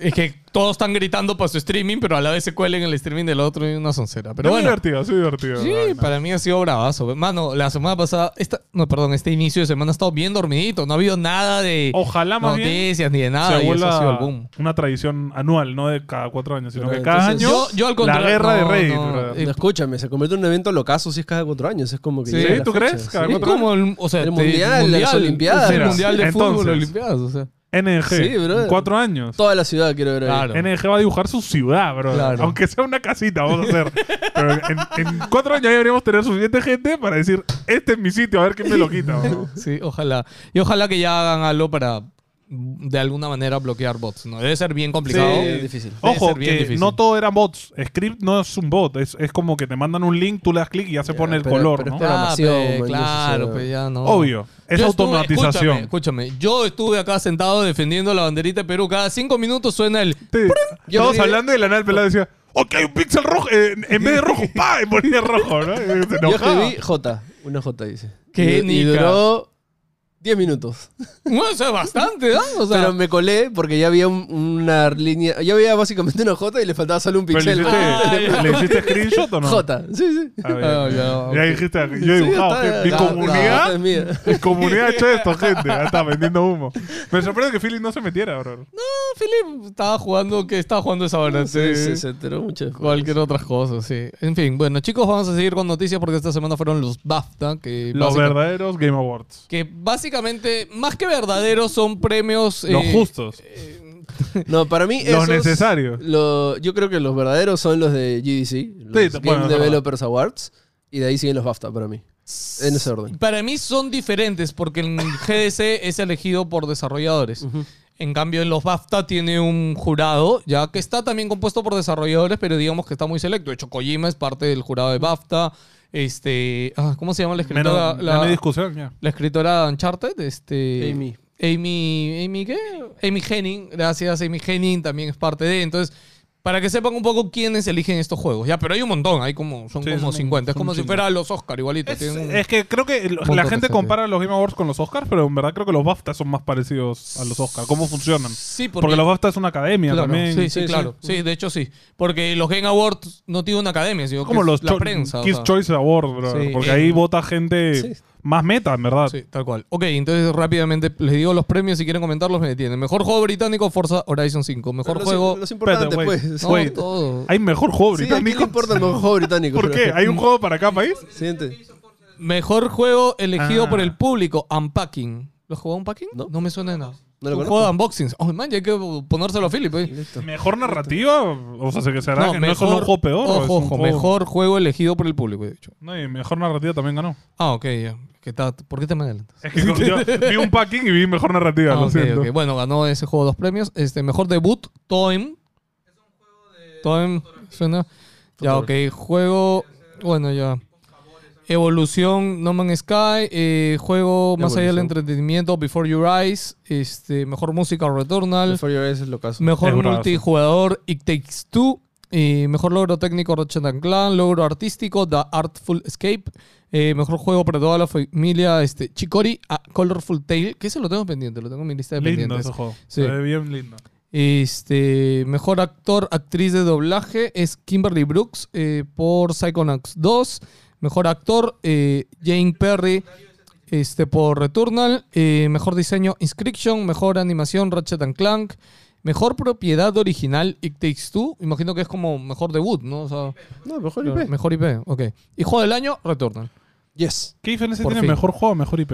Speaker 1: Es que todos están gritando para su streaming, pero a la vez se cuelen el streaming del otro y una soncera. Pero
Speaker 2: Pero
Speaker 1: bueno.
Speaker 2: divertido, sí, divertido.
Speaker 1: Sí,
Speaker 2: la vaina.
Speaker 1: para mí ha sido bravazo. Mano, la semana pasada, esta, no, perdón, este inicio de semana ha estado bien dormidito. No ha habido nada de
Speaker 2: Ojalá más bien
Speaker 1: noticias ni de nada.
Speaker 2: se
Speaker 1: Ah, Y eso ha sido el
Speaker 2: vuelva
Speaker 1: boom.
Speaker 2: una tradición anual, no de cada cuatro años, sino
Speaker 3: Pero
Speaker 2: que cada
Speaker 3: entonces-
Speaker 2: año
Speaker 1: Yo- yo al contrario,
Speaker 2: la guerra
Speaker 1: no,
Speaker 2: de Reddit.
Speaker 1: no,
Speaker 2: brother.
Speaker 1: eh,
Speaker 3: No, escúchame, se convierte en un evento locazo si es cada cuatro años. Es como que.
Speaker 1: Sí,
Speaker 3: llega la
Speaker 2: ¿tú
Speaker 3: fecha,
Speaker 2: crees? Cada
Speaker 1: Es
Speaker 3: sí.
Speaker 2: cuatro
Speaker 1: como el, o sea,
Speaker 3: El
Speaker 1: te-
Speaker 3: mundial, las olimpiadas.
Speaker 1: El
Speaker 2: Mira,
Speaker 1: mundial de fútbol,
Speaker 2: entonces.
Speaker 1: olimpiadas, o sea.
Speaker 2: NG,
Speaker 3: Sí, brother.
Speaker 2: cuatro años.
Speaker 3: Toda la ciudad quiero ver. ahí.
Speaker 1: Claro.
Speaker 2: NG va a dibujar su ciudad, bro.
Speaker 1: Claro.
Speaker 2: Aunque sea una casita, vamos a hacer. Pero en, en cuatro años ya deberíamos tener suficiente gente para decir, este es mi sitio, a ver quién me lo quita. bro".
Speaker 1: Sí, ojalá. Y ojalá que ya hagan algo para de alguna manera bloquear bots. ¿no? Debe ser bien
Speaker 3: Sí,
Speaker 1: complicado. Ah,
Speaker 3: es difícil.
Speaker 1: Debe
Speaker 2: Ojo,
Speaker 1: ser bien
Speaker 2: que
Speaker 1: difícil.
Speaker 2: no todo eran bots. Script no es un bot. Es, es como que te mandan un link, tú le das clic y ya se pone el
Speaker 3: pero-
Speaker 2: color,
Speaker 3: pero este
Speaker 2: ¿no?
Speaker 3: espera. programación,
Speaker 1: Ah, pe,
Speaker 3: man,
Speaker 1: claro,
Speaker 3: yo sé,
Speaker 1: pe,
Speaker 3: sí.
Speaker 1: ya no.
Speaker 2: Obvio. Es
Speaker 1: Yo estuve-
Speaker 2: automatización.
Speaker 1: escúchame, escúchame, yo estuve acá sentado defendiendo la banderita de Perú. Cada cinco minutos suena el.
Speaker 2: Sí.
Speaker 3: Yo
Speaker 2: Estábamos
Speaker 3: diría-
Speaker 2: hablando y la nada el pelado decía, Ok, un pixel rojo. eh, en en vez de rojo, pa, y ponía rojo, ¿no? Y Se
Speaker 3: Yo
Speaker 2: enojaba.
Speaker 3: escribí J, una J dice.
Speaker 1: Qué
Speaker 3: y, y
Speaker 1: nica.
Speaker 3: duró 10 minutos.
Speaker 1: Bueno, eso es bastante, ¿no? O sea,
Speaker 3: Pero me colé porque ya había un- una línea. Ya había básicamente una J y le faltaba solo un
Speaker 2: Pero ¿Le
Speaker 3: pixel.
Speaker 2: hiciste,
Speaker 1: Ah,
Speaker 2: ¿Le hiciste screenshot o no?
Speaker 3: J, sí, sí.
Speaker 2: A ver.
Speaker 1: Ah, ya,
Speaker 2: Ya
Speaker 1: ok.
Speaker 2: dijiste, yo he
Speaker 3: Sí,
Speaker 2: dibujado.
Speaker 3: está-
Speaker 2: gente. mi
Speaker 3: la-
Speaker 2: comunidad,
Speaker 3: la- es mía.
Speaker 2: mi comunidad ha hecho esto, gente. Ya está vendiendo humo. Me sorprende que Philly no se metiera, bro.
Speaker 1: No, Philip estaba jugando, que estaba jugando esa
Speaker 2: Ah,
Speaker 1: hora.
Speaker 3: Sí,
Speaker 1: sí.
Speaker 3: sí, se enteró mucho.
Speaker 1: Cualquier otras cosas, sí. En fin, bueno, chicos, vamos a seguir con noticias porque esta semana fueron los BAFTA. Que
Speaker 2: Los
Speaker 1: básica-
Speaker 2: verdaderos Game Awards.
Speaker 1: Que básicamente, más que verdaderos, son premios.
Speaker 2: Los
Speaker 1: eh,
Speaker 2: justos.
Speaker 3: No, para mí
Speaker 2: Los
Speaker 3: esos-
Speaker 2: necesarios.
Speaker 3: lo- yo creo que los verdaderos son los de GDC, los
Speaker 2: t-
Speaker 3: Game
Speaker 2: bueno, es verdad.
Speaker 3: Developers Awards, y de ahí siguen los BAFTA para mí. En ese orden.
Speaker 1: Para mí son diferentes porque en GDC es elegido por desarrolladores. En cambio, en los BAFTA tiene un jurado, ya que está también compuesto por desarrolladores, pero digamos que está muy selecto. De hecho, Kojima es parte del jurado de BAFTA. Este, ah, ¿Cómo se llama la escritora?
Speaker 2: Menos,
Speaker 1: La-
Speaker 2: la... no hay discusión, ya.
Speaker 1: La escritora de Uncharted, este.
Speaker 3: Amy.
Speaker 1: Amy. Amy, ¿qué? Amy Henning, gracias. Amy Henning también es parte de. Entonces, para que sepan un poco quiénes eligen estos juegos. Ya, pero hay un montón, hay como, son
Speaker 2: Sí,
Speaker 1: como
Speaker 2: son-
Speaker 1: 50. es
Speaker 2: son
Speaker 1: como
Speaker 2: un
Speaker 1: si
Speaker 2: chingo.
Speaker 1: fuera los Oscar, igualito.
Speaker 2: Es,
Speaker 1: tienen un-
Speaker 2: es que creo que el-
Speaker 1: montón
Speaker 2: la
Speaker 1: de
Speaker 2: gente
Speaker 1: gente.
Speaker 2: compara los Game Awards con los Oscars, pero en verdad creo que los BAFTA son más parecidos a los Oscars. ¿Cómo funcionan?
Speaker 1: Sí, porque,
Speaker 2: Porque, los BAFTA es una academia
Speaker 1: claro,
Speaker 2: también.
Speaker 1: Sí, sí,
Speaker 3: Sí,
Speaker 1: claro. Sí. de hecho sí. Porque los Game Awards no tienen una academia, sino
Speaker 2: Como
Speaker 1: que
Speaker 2: los
Speaker 1: es la
Speaker 2: cho-
Speaker 1: prensa. o
Speaker 2: Kids
Speaker 1: sea.
Speaker 2: Choice Awards, bro,
Speaker 1: Sí,
Speaker 2: porque
Speaker 1: eh,
Speaker 2: ahí vota gente
Speaker 3: sí.
Speaker 2: más meta, en verdad.
Speaker 1: Sí, tal cual. Ok, entonces rápidamente les digo los premios. Si quieren comentarlos, me detienen. Mejor juego británico, Forza Horizon 5. Mejor
Speaker 3: Los-
Speaker 1: juego.
Speaker 3: Los
Speaker 2: Espérate,
Speaker 3: importantes,
Speaker 2: wait,
Speaker 3: pues.
Speaker 1: No,
Speaker 2: wait.
Speaker 1: todo.
Speaker 2: Hay mejor juego
Speaker 3: Sí, ¿a quién
Speaker 2: británico.
Speaker 3: le importan los juegos británicos?
Speaker 2: ¿Por qué? ¿Hay un juego para cada país?
Speaker 3: Siguiente.
Speaker 1: Mejor juego elegido
Speaker 2: Ah.
Speaker 1: por el público, Unpacking. ¿Lo jugó Unpacking? No,
Speaker 3: No.
Speaker 1: me suena de nada.
Speaker 3: No lo
Speaker 1: un
Speaker 3: conozco.
Speaker 1: juego de unboxings. Oh, man, ya hay que ponérselo a Philip. eh.
Speaker 2: ¿Mejor narrativa? O sea, que será que no es solo un juego peor. o es
Speaker 1: Ojo,
Speaker 2: un
Speaker 1: ojo,
Speaker 2: juego-
Speaker 1: mejor juego elegido por el público, de hecho.
Speaker 2: No, y mejor narrativa también ganó.
Speaker 1: Ah, ok, ya. ¿Qué tal? ¿Por qué te me adelantas?
Speaker 2: Es que yo vi un packing y vi mejor narrativa,
Speaker 1: Ah,
Speaker 2: lo
Speaker 1: ok,
Speaker 2: siento.
Speaker 1: ok. Bueno, ganó ese juego dos premios. Este, mejor debut, Toem. Toem, suena. Ya, ok. Juego. Bueno, ya. Evolución, No Man's Sky. eh, juego más allá del
Speaker 3: Evolución.
Speaker 1: entretenimiento, Before Your Eyes. este, mejor música, Returnal.
Speaker 3: Before Your Eyes es lo caso.
Speaker 1: Mejor
Speaker 2: Es bravazo.
Speaker 1: multijugador, It Takes Two. Eh, mejor logro técnico, Ratchet and Clan. Logro artístico, The Artful Escape. Eh, mejor juego para toda la familia, este, Chikori, a Colorful Tale. Que eso lo tengo pendiente, lo tengo en mi lista de
Speaker 2: Lindo
Speaker 1: pendientes.
Speaker 2: ese juego.
Speaker 1: Sí.
Speaker 2: Se ve bien lindo.
Speaker 1: Este, mejor actor, actriz de doblaje es Kimberly Brooks eh, por Psychonauts 2. Mejor actor, eh, Jane Perry este, por Returnal. Eh, mejor diseño, Inscription. Mejor animación, Ratchet and Clank. Mejor propiedad original, It Takes Two. Imagino que es como mejor debut, ¿no? O sea,
Speaker 3: No, mejor IP.
Speaker 1: mejor IP, ok. Y juego del año, Returnal.
Speaker 3: Yes.
Speaker 2: ¿Qué diferencia
Speaker 1: Por
Speaker 2: tiene
Speaker 1: fin.
Speaker 2: mejor juego o mejor IP?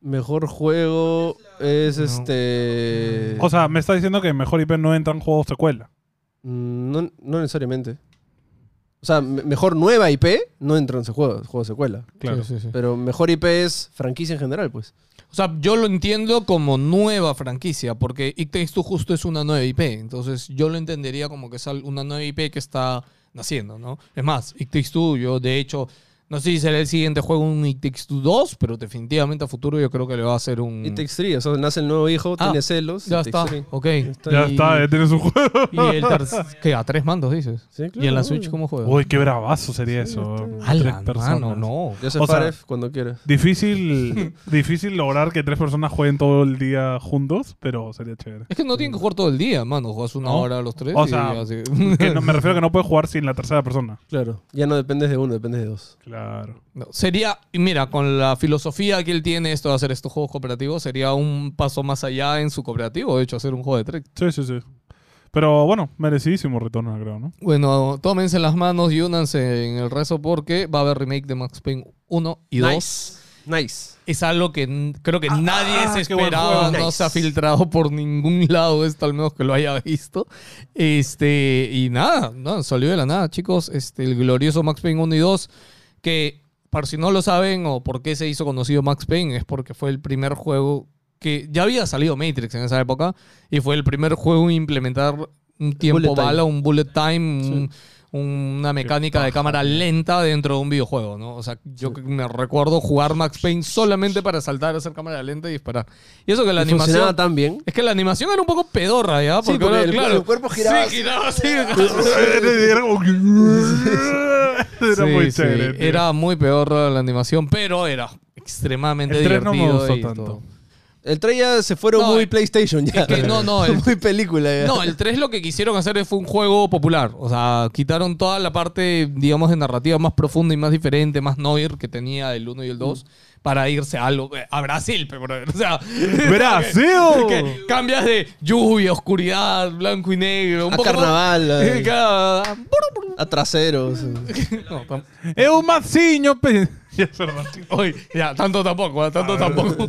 Speaker 3: Mejor juego es este.
Speaker 2: O sea, me está diciendo que en mejor IP no entran juegos secuela.
Speaker 3: Mm, No, no necesariamente. O sea, me- mejor nueva IP no entra en ese juego, juego secuela.
Speaker 2: Claro.
Speaker 1: Sí, sí, sí.
Speaker 3: Pero mejor IP es franquicia en general, pues.
Speaker 1: O sea, yo lo entiendo como nueva franquicia, porque It Takes Two justo es una nueva IP. Entonces, yo lo entendería como que es al- una nueva IP que está naciendo, ¿no? Es más, It Takes Two, yo de hecho, no sé si será el siguiente juego un It Takes Two 2, pero definitivamente a futuro yo creo que le va a hacer un...
Speaker 3: Y Takes Three, o sea, nace el nuevo hijo,
Speaker 1: Mm. Ah,
Speaker 3: tiene celos. y
Speaker 1: ya
Speaker 3: Takes
Speaker 1: está,
Speaker 3: Three.
Speaker 1: ok.
Speaker 2: Ya
Speaker 3: y-
Speaker 2: está, eh. ya tienes un juego.
Speaker 1: Y el tercer... ¿Qué? ¿A tres mandos dices?
Speaker 3: Sí, claro,
Speaker 1: ¿Y en la
Speaker 3: obvio.
Speaker 1: Switch cómo juega?
Speaker 2: Uy, qué bravazo sería eso.
Speaker 1: A la
Speaker 2: Tres
Speaker 1: mano,
Speaker 2: personas.
Speaker 1: no.
Speaker 3: Joseph
Speaker 2: O sea-
Speaker 3: Fares, cuando quieras.
Speaker 2: Difícil, difícil lograr que tres personas jueguen todo el día juntos, pero sería chévere.
Speaker 1: Es que no tienen que jugar todo el día, mano. Juegas una
Speaker 2: No.
Speaker 1: hora a los tres
Speaker 2: O
Speaker 1: y
Speaker 2: sea,
Speaker 1: así.
Speaker 2: Que no- me refiero a que no puedes jugar sin la tercera persona.
Speaker 3: Claro. Ya no dependes de uno, dependes de dos.
Speaker 2: Claro.
Speaker 1: No, sería, y mira, con la filosofía que él tiene esto de hacer estos juegos cooperativos, sería un paso más allá en su cooperativo, de hecho, hacer un juego de Trek.
Speaker 2: Sí, sí, sí. Pero bueno, merecidísimo retorno, creo, ¿no?
Speaker 1: Bueno, tómense las manos y únanse en el rezo porque va a haber remake de Max Payne 1 y 2.
Speaker 3: Nice.
Speaker 1: Es algo que n- creo que nadie se
Speaker 2: Ah, qué buen
Speaker 1: esperaba,
Speaker 2: juego.
Speaker 1: no
Speaker 3: Nice.
Speaker 1: se ha filtrado por ningún lado esto, al menos que lo haya visto. Este, y nada, no, salió de la nada, chicos. Este, el glorioso Max Payne 1 y 2, que por si no lo saben o por qué se hizo conocido Max Payne, es porque fue el primer juego que ya había salido Matrix en esa época y fue el primer juego en implementar un tiempo
Speaker 3: Bullet time.
Speaker 1: bala, un bullet time, un- un, una mecánica de cámara lenta dentro de un videojuego, ¿no? O sea, yo que me recuerdo jugar Max Payne solamente para saltar, hacer cámara lenta y disparar. Y eso que la
Speaker 3: Y funcionaba
Speaker 1: animación...
Speaker 3: tan bien.
Speaker 1: Es que la animación era un poco pedorra, ¿ya?
Speaker 3: Sí, porque
Speaker 1: ahora,
Speaker 3: el, el cuerpo giraba.
Speaker 1: Sí,
Speaker 3: así.
Speaker 1: giraba así.
Speaker 2: Eh, Era como que- eh, Era
Speaker 1: Sí,
Speaker 2: muy
Speaker 1: sí,
Speaker 2: chévere. tío.
Speaker 1: Era muy pedorra la animación, pero era extremadamente
Speaker 2: El tren no me
Speaker 1: divertido
Speaker 2: gustó
Speaker 1: y
Speaker 2: tanto.
Speaker 1: todo.
Speaker 3: El 3 ya se fueron
Speaker 1: No,
Speaker 3: muy
Speaker 1: es-
Speaker 3: PlayStation ya.
Speaker 1: es que no, no, el-
Speaker 3: muy película ya.
Speaker 1: No, el 3 lo que quisieron hacer fue un juego popular. O sea, quitaron toda la parte, digamos, de narrativa más profunda y más diferente, más noir que tenía el 1 y el 2, para irse a, lo- a Brasil. pero, brother, o sea,
Speaker 2: ¡Brasil!
Speaker 1: que cambias de lluvia, oscuridad, blanco y negro. Un
Speaker 3: A
Speaker 1: poco más-
Speaker 3: carnaval, a-
Speaker 1: Claro.
Speaker 3: A traseros.
Speaker 1: No, tam-
Speaker 2: ¡Es un maciño! pe- Ya, es verdad.
Speaker 1: Oye, ya, tanto tampoco, ¿ah? tanto tampoco.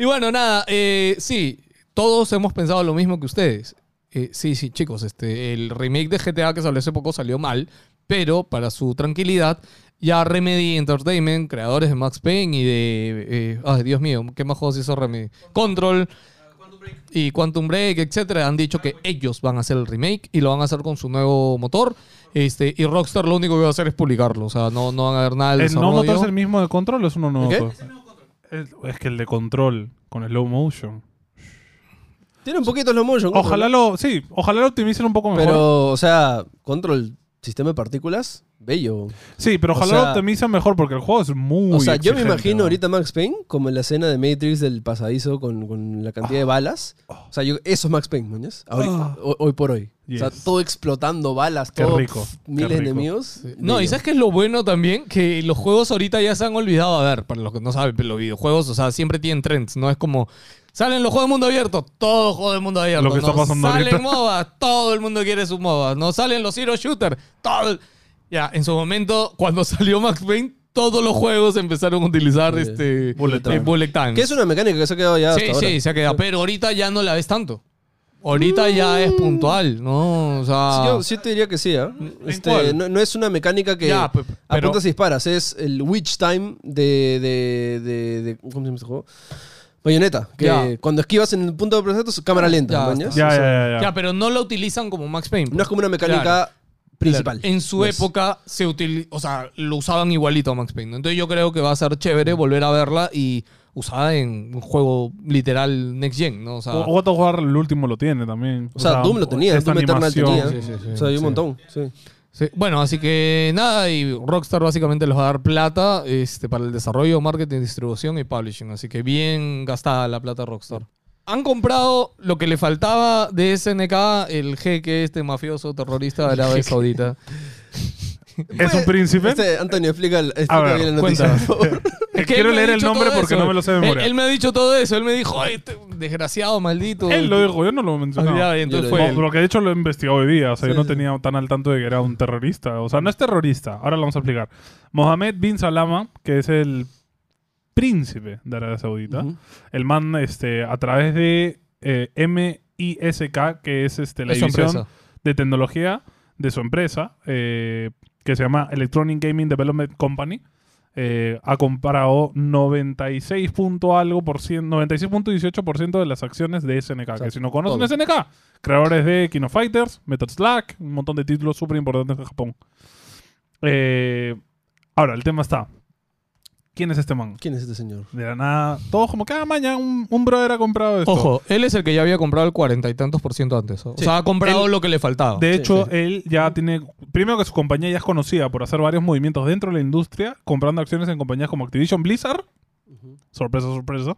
Speaker 1: Y bueno, nada, eh, sí, todos hemos pensado lo mismo que ustedes. Eh, sí, sí, chicos, este, el remake de GTA que salió hace poco salió mal, pero para su tranquilidad, ya Remedy Entertainment, creadores de Max Payne y de... eh, ay, Dios mío, ¿qué más juegos hizo Remedy? Control y Quantum Break, etcétera, han dicho que ellos van a hacer el remake y lo van a hacer con su nuevo motor. Este, y Rockstar lo único que va a hacer es publicarlo, o sea, no, no van a ver nada del
Speaker 2: ¿El no motor
Speaker 1: desarrollo.
Speaker 2: es el mismo de control o es uno nuevo?
Speaker 3: ¿El qué?
Speaker 2: todo? El- Es que el de control, con slow motion.
Speaker 3: Tiene un poquito los motion. ¿no?
Speaker 2: Ojalá lo, sí, ojalá lo optimicen un poco mejor.
Speaker 3: Pero, o sea, control, sistema de partículas, bello.
Speaker 2: sí, pero
Speaker 3: o
Speaker 2: ojalá lo
Speaker 3: sea-
Speaker 2: optimicen mejor porque el juego es muy.
Speaker 3: o sea, yo me
Speaker 2: exigente,
Speaker 3: imagino
Speaker 2: ¿no?
Speaker 3: ahorita Max Payne como en la escena de Matrix del pasadizo con, con la
Speaker 2: Ah.
Speaker 3: cantidad de balas.
Speaker 2: Oh.
Speaker 3: O sea, yo, eso es Max Payne, mañas. Ahorita, ho- hoy por hoy. O
Speaker 2: Yes.
Speaker 3: sea, todo explotando balas,
Speaker 2: Qué
Speaker 3: todo
Speaker 2: rico,
Speaker 3: pf,
Speaker 2: qué
Speaker 3: miles de
Speaker 2: rico.
Speaker 3: enemigos.
Speaker 1: No,
Speaker 3: bello.
Speaker 1: y sabes que es lo bueno también que los juegos ahorita ya se han olvidado. A ver, para los que no saben, pero los videojuegos, o sea, siempre tienen trends, ¿no? Es como. Salen los juegos de mundo abierto, todo juego de mundo abierto.
Speaker 2: Lo que
Speaker 1: ¿no?
Speaker 2: está pasando
Speaker 1: Salen
Speaker 2: ahorita.
Speaker 1: MOBA, todo el mundo quiere sus MOBA. No salen los Hero Shooter, todo. el- Ya, en su momento, cuando salió Max Payne, todos los juegos empezaron a utilizar
Speaker 3: Sí.
Speaker 1: este.
Speaker 2: Bullet
Speaker 1: eh,
Speaker 2: time.
Speaker 1: Bullet time.
Speaker 3: Que es una mecánica que se ha quedado ya
Speaker 1: Sí,
Speaker 3: hasta ahora.
Speaker 1: sí, se ha quedado. Pero ahorita ya no la ves tanto. Ahorita ya es puntual, ¿no? O sea.
Speaker 3: Mm. Sí, Yo Ah. sí te diría que sí, ¿ah? Este,
Speaker 2: cuál?
Speaker 3: no, no es una mecánica que
Speaker 1: Ya, pe- pero-
Speaker 3: apuntas y disparas. Es el Witch Time de, de, de- de- ¿Cómo se llama este juego? Bayoneta. Que
Speaker 1: Ya.
Speaker 3: cuando esquivas en el punto de proceso, cámara lenta.
Speaker 1: Ya,
Speaker 3: ¿mañas?
Speaker 2: Ya,
Speaker 3: O sea,
Speaker 2: ya, ya. ya.
Speaker 1: Ya, pero no la utilizan como Max Payne. pues.
Speaker 3: No es como una mecánica
Speaker 1: Claro,
Speaker 3: principal.
Speaker 1: En su
Speaker 3: No es.
Speaker 1: época se util- o sea, lo usaban igualito a Max Payne. ¿no? Entonces yo creo que va a ser
Speaker 2: Mm.
Speaker 1: chévere volver a verla y usada en un juego literal next gen, ¿no? O sea,
Speaker 2: O- o God of War, el último lo tiene también.
Speaker 3: Ah. O sea, Doom lo tenía,
Speaker 2: esta
Speaker 3: Doom Eternal tenía.
Speaker 2: animación.
Speaker 3: o sea, hay un montón. sí.
Speaker 1: sí. bueno, así que nada, y Rockstar básicamente les va a dar plata este, para el desarrollo, marketing, distribución y publishing. Así que bien gastada la plata Rockstar.
Speaker 2: Mm.
Speaker 1: Han comprado lo que le faltaba de SNK, el jeque este mafioso terrorista de Arabia Saudita.
Speaker 2: ¿Es un príncipe?
Speaker 3: Este, Antonio, explica, el- explica
Speaker 2: ver,
Speaker 3: bien la noticia,
Speaker 1: cuéntame.
Speaker 3: por favor.
Speaker 1: Es que
Speaker 2: Quiero
Speaker 1: él me ha
Speaker 2: leer el
Speaker 1: dicho
Speaker 2: nombre
Speaker 1: todo
Speaker 2: porque
Speaker 1: eso.
Speaker 2: no me lo sé de
Speaker 1: Él-
Speaker 2: memoria.
Speaker 1: Él, me ha dicho todo eso. Él me dijo, "Ay, este desgraciado, maldito.
Speaker 2: Él lo dijo, yo no lo
Speaker 1: Ah,
Speaker 2: mencionaba.
Speaker 1: ya, entonces
Speaker 3: Yo
Speaker 1: fue
Speaker 2: No,
Speaker 1: él.
Speaker 2: lo que de hecho lo he investigado hoy día. O sea,
Speaker 3: Sí,
Speaker 2: yo no
Speaker 3: sí.
Speaker 2: tenía tan al tanto de que era un terrorista. O sea, no es terrorista. Ahora lo vamos a explicar. Mohamed bin Salama, que es el príncipe de Arabia Saudita.
Speaker 3: Ujú.
Speaker 2: El man, este, a través de eh, MISK, que es este, la
Speaker 1: Es su
Speaker 2: división
Speaker 1: empresa.
Speaker 2: de tecnología de su empresa, eh, que se llama Electronic Gaming Development Company, eh, ha comprado 96 punto algo por ciento, 96.18% de las acciones de SNK. que si no conocen
Speaker 3: todo.
Speaker 2: SNK, creadores de Kino Fighters, Metal Slack, un montón de títulos súper importantes de Japón. Eh, ahora, el tema está. ¿Quién es este man?
Speaker 3: ¿Quién es este señor?
Speaker 2: De la nada, todos como cada mañana un, un brother ha comprado esto.
Speaker 1: Ojo, él es el que ya había comprado el cuarenta y tantos por ciento antes. O
Speaker 3: Sí.
Speaker 1: sea, ha comprado
Speaker 2: Él-
Speaker 1: lo que le faltaba.
Speaker 2: De
Speaker 3: Sí,
Speaker 2: hecho,
Speaker 3: sí.
Speaker 2: él ya tiene. Primero que su compañía ya es conocida por hacer varios movimientos dentro de la industria, comprando acciones en compañías como Activision Blizzard. Sorpresa, sorpresa.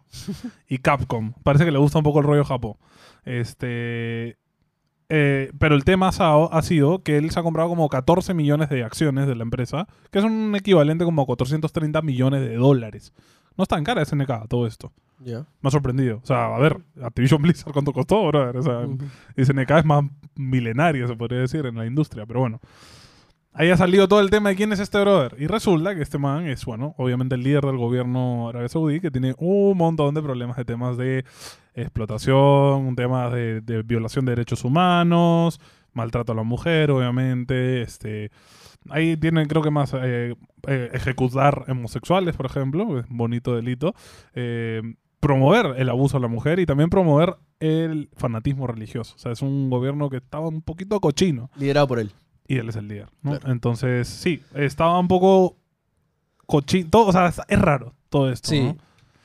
Speaker 2: y Capcom. Parece que le gusta un poco el rollo Japón. Este. eh, pero el tema ha, sao- ha sido que él se ha comprado como 14 millones de acciones de la empresa, que es un equivalente como a 430 millones de dólares. No es tan cara SNK todo esto.
Speaker 3: Ya.
Speaker 2: Me ha sorprendido. O sea, a ver, Activision Blizzard, ¿cuánto costó, brother? O sea,
Speaker 3: Ujú.
Speaker 2: SNK es más milenaria, se podría decir, en la industria, pero bueno. Ahí ha salido todo el tema de quién es este brother. Y resulta que este man es, bueno, obviamente el líder del gobierno árabe saudí, que tiene un montón de problemas de temas de explotación, temas de, de violación de derechos humanos, maltrato a la mujer, obviamente. Este, ahí tienen, creo que más, eh, eh, ejecutar homosexuales, por ejemplo, es un bonito delito. Eh, promover el abuso a la mujer y también promover el fanatismo religioso. O sea, es un gobierno que estaba un poquito cochino.
Speaker 3: Liderado por él.
Speaker 2: y él es el líder. ¿no? Entonces, sí, estaba un poco cochín. Todo, o sea, es raro todo esto.
Speaker 3: Sí.
Speaker 2: ¿no?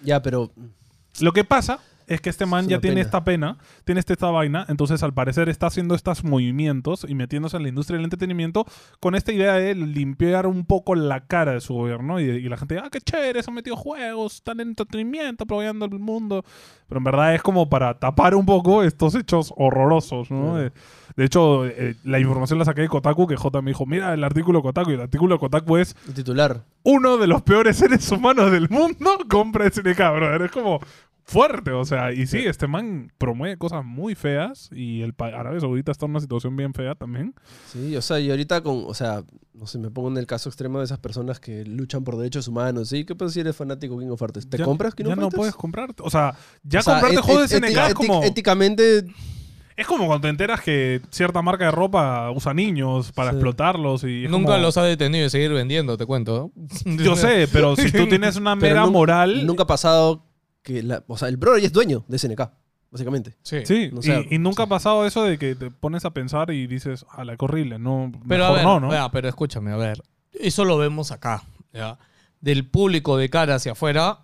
Speaker 3: Ya, pero. mm,
Speaker 2: Lo que pasa es que este man
Speaker 3: Es
Speaker 2: ya
Speaker 3: una
Speaker 2: tiene
Speaker 3: pena.
Speaker 2: esta pena, tiene esta, esta vaina, entonces al parecer está haciendo estos movimientos y metiéndose en la industria del entretenimiento con esta idea de limpiar un poco la cara de su gobierno y, y la gente, ah, qué chévere, se han metido juegos, están en entretenimiento, apoyando el mundo. Pero en verdad es como para tapar un poco estos hechos horrorosos, ¿no?
Speaker 3: Claro.
Speaker 2: Eh, De hecho, eh, la información la saqué de Kotaku, que J me dijo, mira el artículo de Kotaku, y el artículo de Kotaku es
Speaker 3: El titular.
Speaker 2: uno de los peores seres humanos del mundo compra SNK, brother. Es como fuerte, o sea, y sí, este man promueve cosas muy feas y el pa- Arabia Saudita está en una situación bien fea también.
Speaker 3: Sí, o sea, y ahorita con. O sea, no sé, me pongo en el caso extremo de esas personas que luchan por derechos humanos. ¿Sí? ¿Qué pasa si eres fanático de King of Arts? ¿Te
Speaker 2: Ya-
Speaker 3: compras King
Speaker 2: Ya
Speaker 3: of
Speaker 2: no
Speaker 3: Fighters?
Speaker 2: puedes comprarte. O sea, ya
Speaker 3: O sea, e-,
Speaker 2: comprarte
Speaker 3: et-
Speaker 2: juegos de
Speaker 3: et-
Speaker 2: SNK es
Speaker 3: ética-
Speaker 2: como,
Speaker 3: Éticamente.
Speaker 2: es como cuando te enteras que cierta marca de ropa usa niños para
Speaker 3: Sí.
Speaker 2: explotarlos y... es
Speaker 1: Nunca
Speaker 2: como-
Speaker 1: los ha detenido y seguir vendiendo, te cuento. ¿no?
Speaker 2: Yo sé, pero si tú tienes una
Speaker 3: pero
Speaker 2: mera
Speaker 3: nun-
Speaker 2: moral...
Speaker 3: Nunca ha pasado que. La, o sea, el brother ya es dueño de SNK, básicamente.
Speaker 1: Sí.
Speaker 2: Sí,
Speaker 3: O
Speaker 2: y-
Speaker 3: sea,
Speaker 2: y, nunca ha pasado eso de que te pones a pensar y dices, a la horrible, no,
Speaker 1: Pero a
Speaker 2: mejor
Speaker 1: ver,
Speaker 2: no, ¿no?
Speaker 1: ya, pero escúchame, a ver. Eso lo vemos acá, ¿ya? Del público de cara hacia afuera,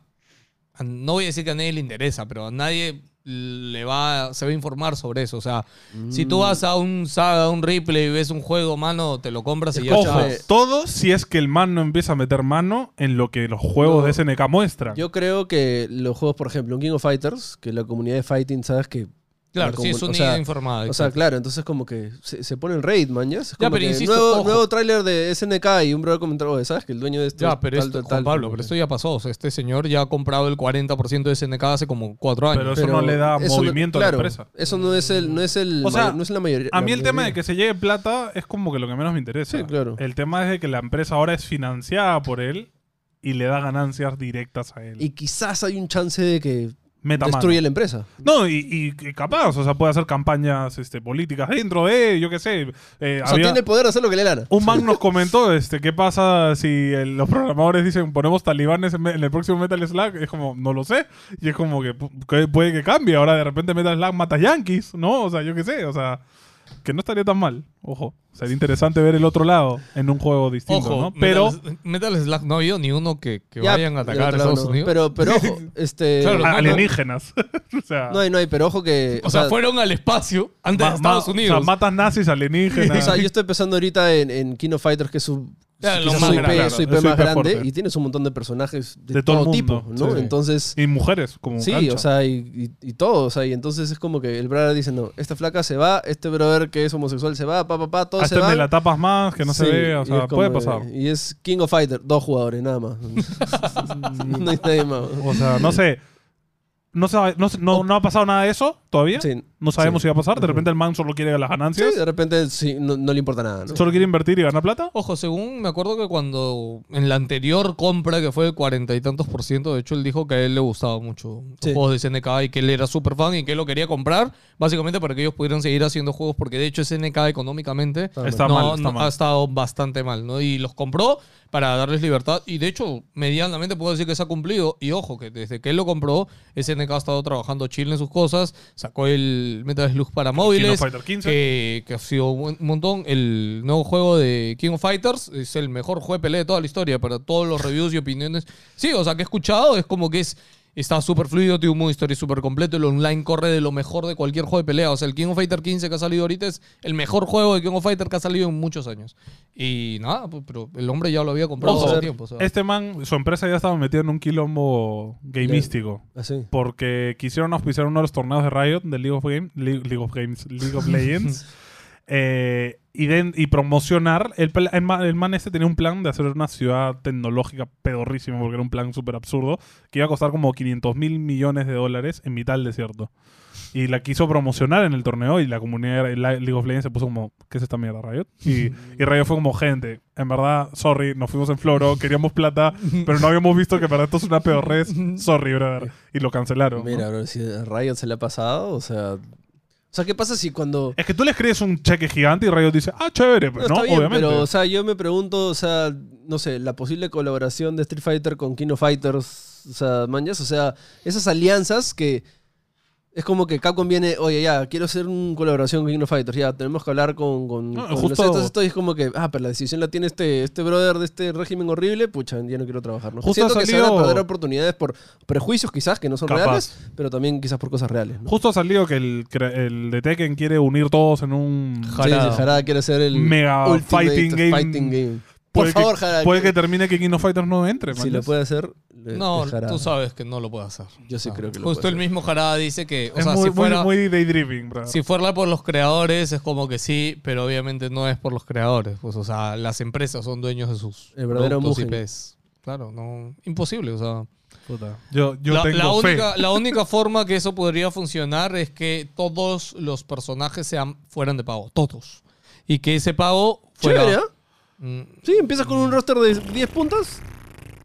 Speaker 1: a- no voy a decir que a nadie le interesa, pero a nadie le va, se va a informar sobre eso. O sea, si
Speaker 3: Mm.
Speaker 1: tú vas a un saga, a un replay y ves un juego, mano, te lo compras y ya
Speaker 2: Ojo,
Speaker 1: chao.
Speaker 3: Escúchame.
Speaker 2: todo si es que el man no empieza a meter mano en lo que los juegos
Speaker 3: No.
Speaker 2: de SNK
Speaker 1: Ah.
Speaker 2: muestran.
Speaker 3: Yo creo que los juegos, por ejemplo, un King of Fighters, que la comunidad de fighting, sabes que.
Speaker 1: Claro,
Speaker 3: la
Speaker 1: sí, es
Speaker 3: comun-
Speaker 1: una
Speaker 3: o sea,
Speaker 1: idea informada.
Speaker 3: O sea,
Speaker 1: exacto.
Speaker 3: claro, entonces como que se, se pone en raid, man, ¿ya? Es
Speaker 1: Ya,
Speaker 3: como
Speaker 1: pero
Speaker 3: que
Speaker 1: insisto,
Speaker 3: nuevo,
Speaker 1: ojo.
Speaker 3: nuevo tráiler de SNK y un brother comentó, oye, ¿sabes que el dueño de esto
Speaker 1: ya,
Speaker 3: es
Speaker 1: pero
Speaker 3: tal,
Speaker 1: esto,
Speaker 3: tal,
Speaker 1: Juan
Speaker 3: tal?"
Speaker 1: Pablo,
Speaker 3: Como
Speaker 1: pero
Speaker 3: que-
Speaker 1: esto ya pasó. O sea, este señor ya ha comprado el 40% de SNK hace como cuatro años.
Speaker 2: Pero eso no le da
Speaker 3: eso no-
Speaker 2: movimiento
Speaker 3: claro,
Speaker 2: a la empresa.
Speaker 3: Eso no es el, no es el,
Speaker 2: O sea,
Speaker 3: mayor- no es la mayoría.
Speaker 2: A
Speaker 3: la
Speaker 2: mí el tema de
Speaker 3: mayoría.
Speaker 2: que se llegue plata es como que lo que menos me interesa.
Speaker 3: Sí, claro.
Speaker 2: El tema es de que la empresa ahora es financiada por él y le da ganancias directas a él.
Speaker 3: Y quizás hay un chance de que
Speaker 2: Meta mano.
Speaker 3: destruye la empresa.
Speaker 2: No, y, y- y capaz, o sea, puede hacer campañas este, políticas dentro de, yo qué sé. eh,
Speaker 3: O sea,
Speaker 2: había-
Speaker 3: tiene el poder de hacer lo que le dé la gana.
Speaker 2: Un man nos comentó, este, ¿qué pasa si el- los programadores dicen ponemos talibanes en, me- en el próximo Metal Slug? Es como, no lo sé. Y es como que, pu- que puede que cambie. Ahora de repente Metal Slug mata yankees, ¿no? O sea, yo qué sé. O sea, que no estaría tan mal. Ojo, sería interesante ver el otro lado en un juego distinto,
Speaker 1: Ojo,
Speaker 2: ¿no? Pero,
Speaker 1: Metal, Metal Slug no ha habido ni uno que, que
Speaker 3: Ya,
Speaker 1: vayan a
Speaker 3: de
Speaker 1: atacar a
Speaker 3: otro lado
Speaker 1: Estados
Speaker 3: no.
Speaker 1: Unidos.
Speaker 3: Pero, pero ojo, este...
Speaker 1: Claro,
Speaker 2: a-
Speaker 1: no,
Speaker 2: eh, alienígenas. o sea,
Speaker 3: No hay, no hay, pero ojo que...
Speaker 1: o sea, fueron al espacio antes
Speaker 2: ma-
Speaker 1: de Estados
Speaker 2: ma-
Speaker 1: Unidos.
Speaker 2: O sea, matas nazis, alienígenas.
Speaker 3: O sea, yo estoy pensando ahorita en, en King of Fighters, que es su,
Speaker 1: Ya,
Speaker 3: quizás
Speaker 1: lo
Speaker 3: su
Speaker 1: más
Speaker 3: IP,
Speaker 2: grande,
Speaker 3: su IP
Speaker 2: claro, es su
Speaker 3: más
Speaker 2: IP
Speaker 3: grande
Speaker 2: fuerte.
Speaker 3: y tienes un montón de personajes de,
Speaker 2: De todo
Speaker 3: todo,
Speaker 2: el mundo,
Speaker 3: tipo, ¿no?
Speaker 2: sí.
Speaker 3: Entonces,
Speaker 2: y mujeres, como
Speaker 3: sí,
Speaker 2: cancha.
Speaker 3: o sea, y, y- y todo, o sea, y entonces es como que el brother dice, no, esta flaca se va, este brother que es homosexual se va, pa, pa, pa, todo
Speaker 2: Hasta
Speaker 3: se
Speaker 2: el
Speaker 3: va.
Speaker 2: de la tapas más, este que no se
Speaker 3: Sí,
Speaker 2: ve.
Speaker 3: y
Speaker 2: O
Speaker 3: es
Speaker 2: sea,
Speaker 3: como
Speaker 2: puede
Speaker 3: de-
Speaker 2: pasar.
Speaker 3: Y es King of Fighters, dos jugadores, nada más. no hay nadie más.
Speaker 2: O sea, no sé. No, sabe- no, no, no ha pasado nada de eso todavía.
Speaker 3: Sí.
Speaker 2: No sabemos
Speaker 3: Sí.
Speaker 2: si va a pasar. De
Speaker 3: Ujú.
Speaker 2: repente el man solo quiere las
Speaker 3: Sí,
Speaker 2: ganancias.
Speaker 3: de repente sí, no, no le importa nada, ¿no?
Speaker 2: Solo quiere invertir y ganar plata.
Speaker 1: Ojo, según me acuerdo que cuando en la anterior compra, que fue de cuarenta y tantos por ciento, de hecho él dijo que a él le gustaba mucho los
Speaker 3: Sí.
Speaker 1: juegos de SNK y que él era súper fan y que él lo quería comprar, básicamente para que ellos pudieran seguir haciendo juegos, porque de hecho SNK económicamente
Speaker 3: Está
Speaker 2: Está
Speaker 1: no-
Speaker 2: mal, está
Speaker 1: no-
Speaker 2: mal.
Speaker 1: ha estado bastante mal, ¿no? Y los compró para darles libertad y de hecho medianamente puedo decir que se ha cumplido y ojo, que desde que él lo compró, SNK ha estado trabajando chile en sus cosas, sacó el Metal Slug para móviles,
Speaker 2: Fighter 15.
Speaker 1: que eh, que ha sido un un montón. El nuevo juego de King of Fighters es el mejor juego de pelea de toda la historia para todos los reviews y opiniones. Sí, o sea, que he escuchado es como que es está súper fluido, tiene un modo historia súper completo. El online corre de lo mejor de cualquier juego de pelea. O sea, el King of Fighter 15 que ha salido ahorita es el mejor juego de King of Fighter que ha salido en muchos años. Y nada, pues, pero el hombre ya lo había comprado
Speaker 3: Ojo,
Speaker 1: hace
Speaker 3: a ver,
Speaker 1: tiempo. o sea.
Speaker 2: Este man, su empresa ya estaba metida en un quilombo gamístico.
Speaker 3: Así.
Speaker 2: Porque quisieron auspiciar uno de los torneos de Riot, de League of Games, League, League of Games, League of Legends. eh, y, den- y promocionar. El, pla- el, ma- el man este tenía un plan de hacer una ciudad tecnológica pedorrísima, porque era un plan súper absurdo, que iba a costar como 500 mil millones de dólares en mitad del desierto. Y la quiso promocionar en el torneo y la comunidad de la- League of Legends se puso como, ¿qué es esta mierda, Riot? Y, y Riot fue como, gente, en verdad, sorry, nos fuimos en floro, queríamos plata, pero no habíamos visto que para esto es una pedorrez, sorry, brother. Y lo cancelaron. ¿no?
Speaker 3: Mira, bro, si a Riot se le ha pasado, o sea... O sea, ¿qué pasa si cuando...
Speaker 2: Es que tú le escribes un cheque gigante y Riot dice, ah, chévere, pero Eh, no,
Speaker 3: No, está bien,
Speaker 2: obviamente.
Speaker 3: pero, o sea, yo me pregunto, o sea, no sé, la posible colaboración de Street Fighter con Kino Fighters, o sea, manjas, o sea, esas alianzas que Es como que Capcom viene, oye, ya, quiero hacer una colaboración con King of Fighters, ya, tenemos que hablar con, con,
Speaker 2: No,
Speaker 3: con los
Speaker 2: justo-
Speaker 3: estos, estos", y es como que, ah, pero la decisión la tiene este, este brother de este régimen horrible, pucha, ya no quiero trabajar. ¿no?
Speaker 2: Justo
Speaker 3: Siento
Speaker 2: ha
Speaker 3: que se van a
Speaker 2: salido-
Speaker 3: perder oportunidades por prejuicios quizás que no son
Speaker 2: Capaz.
Speaker 3: reales, pero también quizás por cosas reales. ¿no?
Speaker 2: Justo ha salido que el, cre- el de Tekken quiere unir todos en un.
Speaker 1: Ja-
Speaker 3: Sí, sí,
Speaker 1: Jarada.
Speaker 3: Jarada quiere hacer el
Speaker 2: Mega
Speaker 3: ultimate
Speaker 2: fighting game.
Speaker 3: game. Por
Speaker 2: Puede
Speaker 3: favor,
Speaker 2: que,
Speaker 3: Jarada.
Speaker 2: Puede que termine que King of Fighters no entre.
Speaker 3: si
Speaker 2: man.
Speaker 3: lo puede hacer, le-
Speaker 1: No,
Speaker 3: es Jarada.
Speaker 1: tú sabes que no lo puede hacer.
Speaker 3: Yo sí
Speaker 1: O sea,
Speaker 3: creo que lo
Speaker 1: Justo
Speaker 3: puede
Speaker 1: el
Speaker 3: hacer.
Speaker 1: mismo Jarada dice que, o
Speaker 2: Es
Speaker 1: sea,
Speaker 2: muy,
Speaker 1: si fuera,
Speaker 2: muy, muy daydreaming, bro.
Speaker 1: si fuera por los creadores, es como que sí, pero obviamente no es por los creadores. Pues, o sea, las empresas son dueños de sus
Speaker 3: El verdadero
Speaker 1: productos
Speaker 3: Mugen.
Speaker 1: IPs. Claro, no, imposible, o sea.
Speaker 2: Puta. Yo, yo
Speaker 1: la,
Speaker 2: tengo
Speaker 1: la
Speaker 2: fe.
Speaker 1: única, la única forma que eso podría funcionar es que todos los personajes sean, fueran de pago, todos. Y que ese pago fuera...
Speaker 3: Chévere, ¿eh?
Speaker 1: Mm,
Speaker 3: Sí, empiezas con un roster de 10 puntas.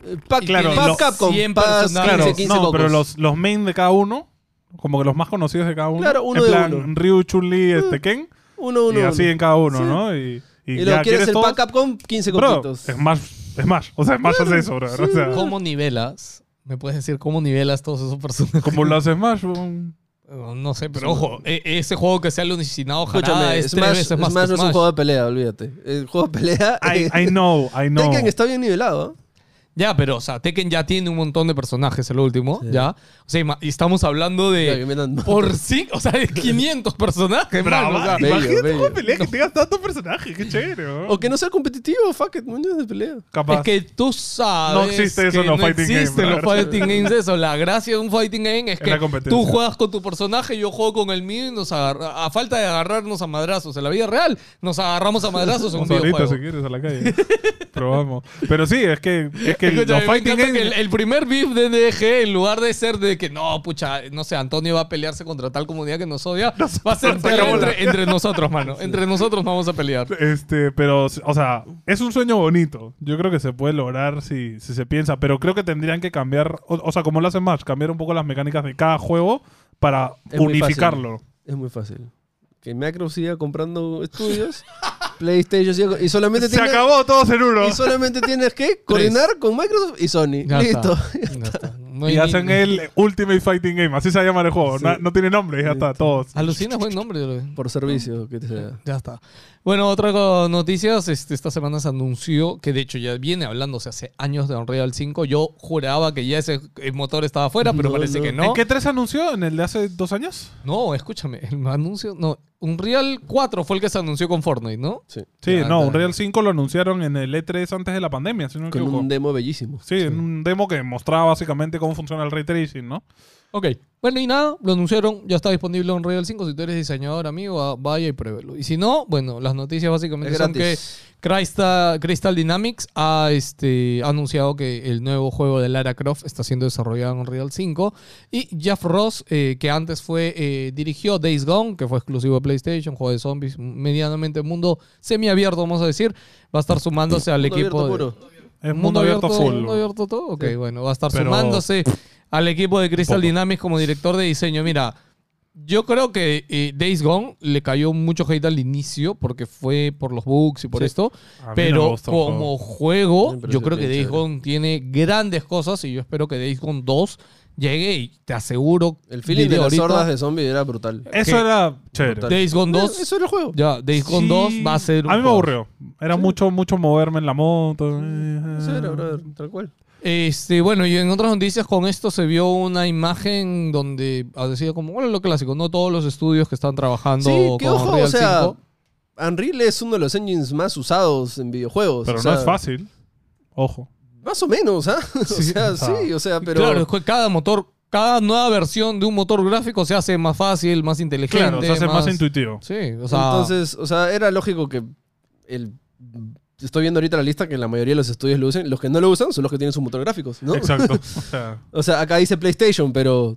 Speaker 3: eh, Pac,
Speaker 2: Claro,
Speaker 3: Pac
Speaker 2: lo-
Speaker 3: Capcom.
Speaker 1: 100
Speaker 3: Pac
Speaker 1: personajes.
Speaker 3: 15,
Speaker 2: Claro,
Speaker 3: 15
Speaker 2: no,
Speaker 3: cocos.
Speaker 2: pero los, los main de cada uno, como que los más conocidos de cada uno.
Speaker 3: Claro, uno
Speaker 2: en
Speaker 3: de
Speaker 2: plan,
Speaker 3: uno.
Speaker 2: Ryu, Chun-Li, este Ken.
Speaker 3: Uno, uno,
Speaker 2: y así
Speaker 3: uno.
Speaker 2: en cada uno,
Speaker 3: Sí.
Speaker 2: ¿no? Y, y
Speaker 3: Y,
Speaker 2: ya
Speaker 3: lo quieres el
Speaker 2: todos,
Speaker 3: Pac Capcom, 15
Speaker 2: Bro,
Speaker 3: coquitos.
Speaker 2: Smash, Smash. O sea, Smash hace eso, bro. o sea,
Speaker 1: ¿Cómo nivelas? ¿Me puedes decir cómo nivelas todos esos personajes?
Speaker 2: como lo hace Smash. un-
Speaker 1: No no sé, pero ojo, e- ese juego que se ha alucinado Jarada
Speaker 3: Escúchame,
Speaker 1: es
Speaker 3: Smash,
Speaker 1: tres veces más
Speaker 3: Smash
Speaker 1: que
Speaker 3: no es un
Speaker 1: Smash.
Speaker 3: juego de pelea, olvídate. El juego de pelea.
Speaker 2: I, I know, I know.
Speaker 3: Tekken está bien nivelado. ¿eh?
Speaker 1: Ya, pero, o sea, Tekken ya tiene un montón de personajes, el último,
Speaker 3: Sí.
Speaker 1: ¿ya? O sea, ima- y estamos hablando
Speaker 3: Ya, que
Speaker 1: de...
Speaker 3: me dan-
Speaker 1: Por sí, o sea, de 500 personajes,
Speaker 2: Brava,
Speaker 1: mano, o sea,
Speaker 3: Bello,
Speaker 2: imagínate
Speaker 3: bello.
Speaker 2: una pelea que tengas tantos personajes, qué chévere, bro.
Speaker 3: O que no sea competitivo, fuck it, muñeco de pelea.
Speaker 2: Capaz.
Speaker 1: Es que tú sabes
Speaker 2: No existe eso
Speaker 1: que
Speaker 2: en los
Speaker 1: no
Speaker 2: fighting games,
Speaker 1: existen los
Speaker 2: brother.
Speaker 1: fighting games eso. La gracia de un fighting game es
Speaker 2: Es
Speaker 1: que
Speaker 2: la competencia.
Speaker 1: tú juegas con tu personaje, yo juego con el mío y nos agarra- a falta de agarrarnos a madrazos en la vida real, nos agarramos a madrazos en un
Speaker 2: Vamos ahorita
Speaker 1: videojuego.
Speaker 2: si quieres a la calle. Probamos. Pero sí, es que, es que
Speaker 1: Escúchame,
Speaker 2: los
Speaker 1: me
Speaker 2: fighting
Speaker 1: encanta
Speaker 2: games.
Speaker 1: que el, el primer beef de DG, en lugar de ser de que no, pucha, no sé, Antonio va a pelearse contra tal comunidad que nos odia, va a ser
Speaker 2: nos
Speaker 1: pelea
Speaker 2: sacamos la-
Speaker 1: entre, entre nosotros, mano. Entre nosotros vamos a pelear.
Speaker 2: Este, pero, o sea, es un sueño bonito. Yo creo que se puede lograr si, si se piensa, pero creo que tendrían que cambiar, o, o sea, como lo hacen más, cambiar un poco las mecánicas de cada juego para
Speaker 3: Es muy
Speaker 2: unificarlo.
Speaker 3: Es muy fácil. Que Macro siga comprando estudios, PlayStation siga- y solamente
Speaker 2: Se
Speaker 3: tiene.
Speaker 2: acabó todos en uno.
Speaker 3: Y solamente tienes que coordinar con Microsoft y Sony.
Speaker 1: Ya está.
Speaker 3: Listo.
Speaker 1: Ya está. No
Speaker 2: Y,
Speaker 1: hay ni-
Speaker 2: hacen el Ultimate Fighting Game, así se llama el juego.
Speaker 3: Sí.
Speaker 2: Na- No, tiene nombre, ya está, todos.
Speaker 1: Alucina buen nombre. yo lo-
Speaker 3: Por servicio, que te sea.
Speaker 1: Ya está. Bueno, otra co- noticias. Este, esta semana se anunció que de hecho ya viene hablándose hace años de Unreal 5. Yo juraba que ya ese eh, motor estaba afuera, pero
Speaker 3: No,
Speaker 1: parece
Speaker 3: no.
Speaker 1: que
Speaker 2: ¿En
Speaker 1: no.
Speaker 2: qué tres anunció? ¿En el de hace dos años?
Speaker 1: No, escúchame, el anuncio. No, Unreal 4 fue el que se anunció con Fortnite, ¿no?
Speaker 3: Sí.
Speaker 2: Sí,
Speaker 1: Ya,
Speaker 2: no,
Speaker 1: está.
Speaker 2: Unreal 5 lo anunciaron en el E3 antes de la pandemia, si no me
Speaker 3: Con
Speaker 2: equivoco.
Speaker 3: un demo bellísimo.
Speaker 2: Sí, en un demo que mostraba básicamente cómo funciona el ray tracing, ¿no?
Speaker 1: Ok. Bueno, y nada, lo anunciaron. Ya está disponible Unreal 5. Si tú eres diseñador, amigo, ah, vaya y pruébelo. Y si no, bueno, las noticias básicamente
Speaker 3: Es
Speaker 1: son que
Speaker 3: gratis.
Speaker 1: Crystal, Crystal Dynamics ha este, ha anunciado que el nuevo juego de Lara Croft está siendo desarrollado en Unreal 5. Y Jeff Ross, eh, que antes fue eh, dirigió Days Gone, que fue exclusivo de PlayStation, juego de zombies, medianamente mundo semiabierto, vamos a decir, va a estar sumándose al
Speaker 3: Mundo
Speaker 1: equipo.
Speaker 3: abierto
Speaker 1: de-
Speaker 3: puro.
Speaker 2: Es mundo abierto, full.
Speaker 1: ¿Mundo abierto todo? Ok,
Speaker 3: Sí.
Speaker 1: bueno, va a estar
Speaker 2: Pero-
Speaker 1: sumándose al equipo de Crystal
Speaker 2: Poco.
Speaker 1: Dynamics como director de diseño. Mira, yo creo que eh, Days Gone le cayó mucho hate al inicio porque fue por los bugs y por
Speaker 3: Sí.
Speaker 1: esto.
Speaker 2: A mí
Speaker 1: Pero
Speaker 2: no me gusta el
Speaker 1: como
Speaker 2: juego.
Speaker 1: juego,
Speaker 3: Me
Speaker 1: yo
Speaker 3: pareció
Speaker 1: creo que
Speaker 3: bien
Speaker 1: Days
Speaker 3: chévere.
Speaker 1: Gone tiene grandes cosas y yo espero que Days Gone 2 llegue y te aseguro.
Speaker 3: El feeling de
Speaker 1: diría
Speaker 3: las
Speaker 1: ahorita,
Speaker 3: hordas de zombie era brutal.
Speaker 2: Eso
Speaker 1: que-
Speaker 2: era chévere.
Speaker 1: Days Gone
Speaker 3: No,
Speaker 1: 2.
Speaker 3: Eso era el juego.
Speaker 1: Ya, Days Gone
Speaker 2: Eh, Sí.
Speaker 1: 2 va a ser. un
Speaker 2: A mí me
Speaker 1: juego.
Speaker 2: aburrió. Era mucho, mucho moverme en la moto. eh,
Speaker 3: Eso era,
Speaker 2: eh.
Speaker 3: brother, tal cual.
Speaker 1: Este, bueno, y en otras noticias con esto se vio una imagen donde ha decidido como, bueno, lo clásico, no todos los estudios que están trabajando
Speaker 3: Sí, que
Speaker 1: con
Speaker 3: ojo,
Speaker 1: Unreal
Speaker 3: o sea,
Speaker 1: 5.
Speaker 3: Unreal es uno de los engines más usados en videojuegos.
Speaker 2: Pero
Speaker 3: o sea,
Speaker 2: no es fácil. Ojo.
Speaker 3: Más o menos, ¿ah? o
Speaker 1: Sí,
Speaker 3: sea,
Speaker 2: ah.
Speaker 3: sí, o sea, pero.
Speaker 1: claro, es que cada motor, cada nueva versión de un motor gráfico se hace más fácil, más inteligente,
Speaker 2: Claro, se hace más, intuitivo.
Speaker 1: Sí, o sea,
Speaker 3: Entonces, o sea, era lógico que el. Estoy viendo ahorita la lista que la mayoría de los estudios lo usen. Los que no lo usan son los que tienen sus motores gráficos, ¿no?
Speaker 2: Exacto. O sea,
Speaker 3: O sea, acá dice PlayStation, pero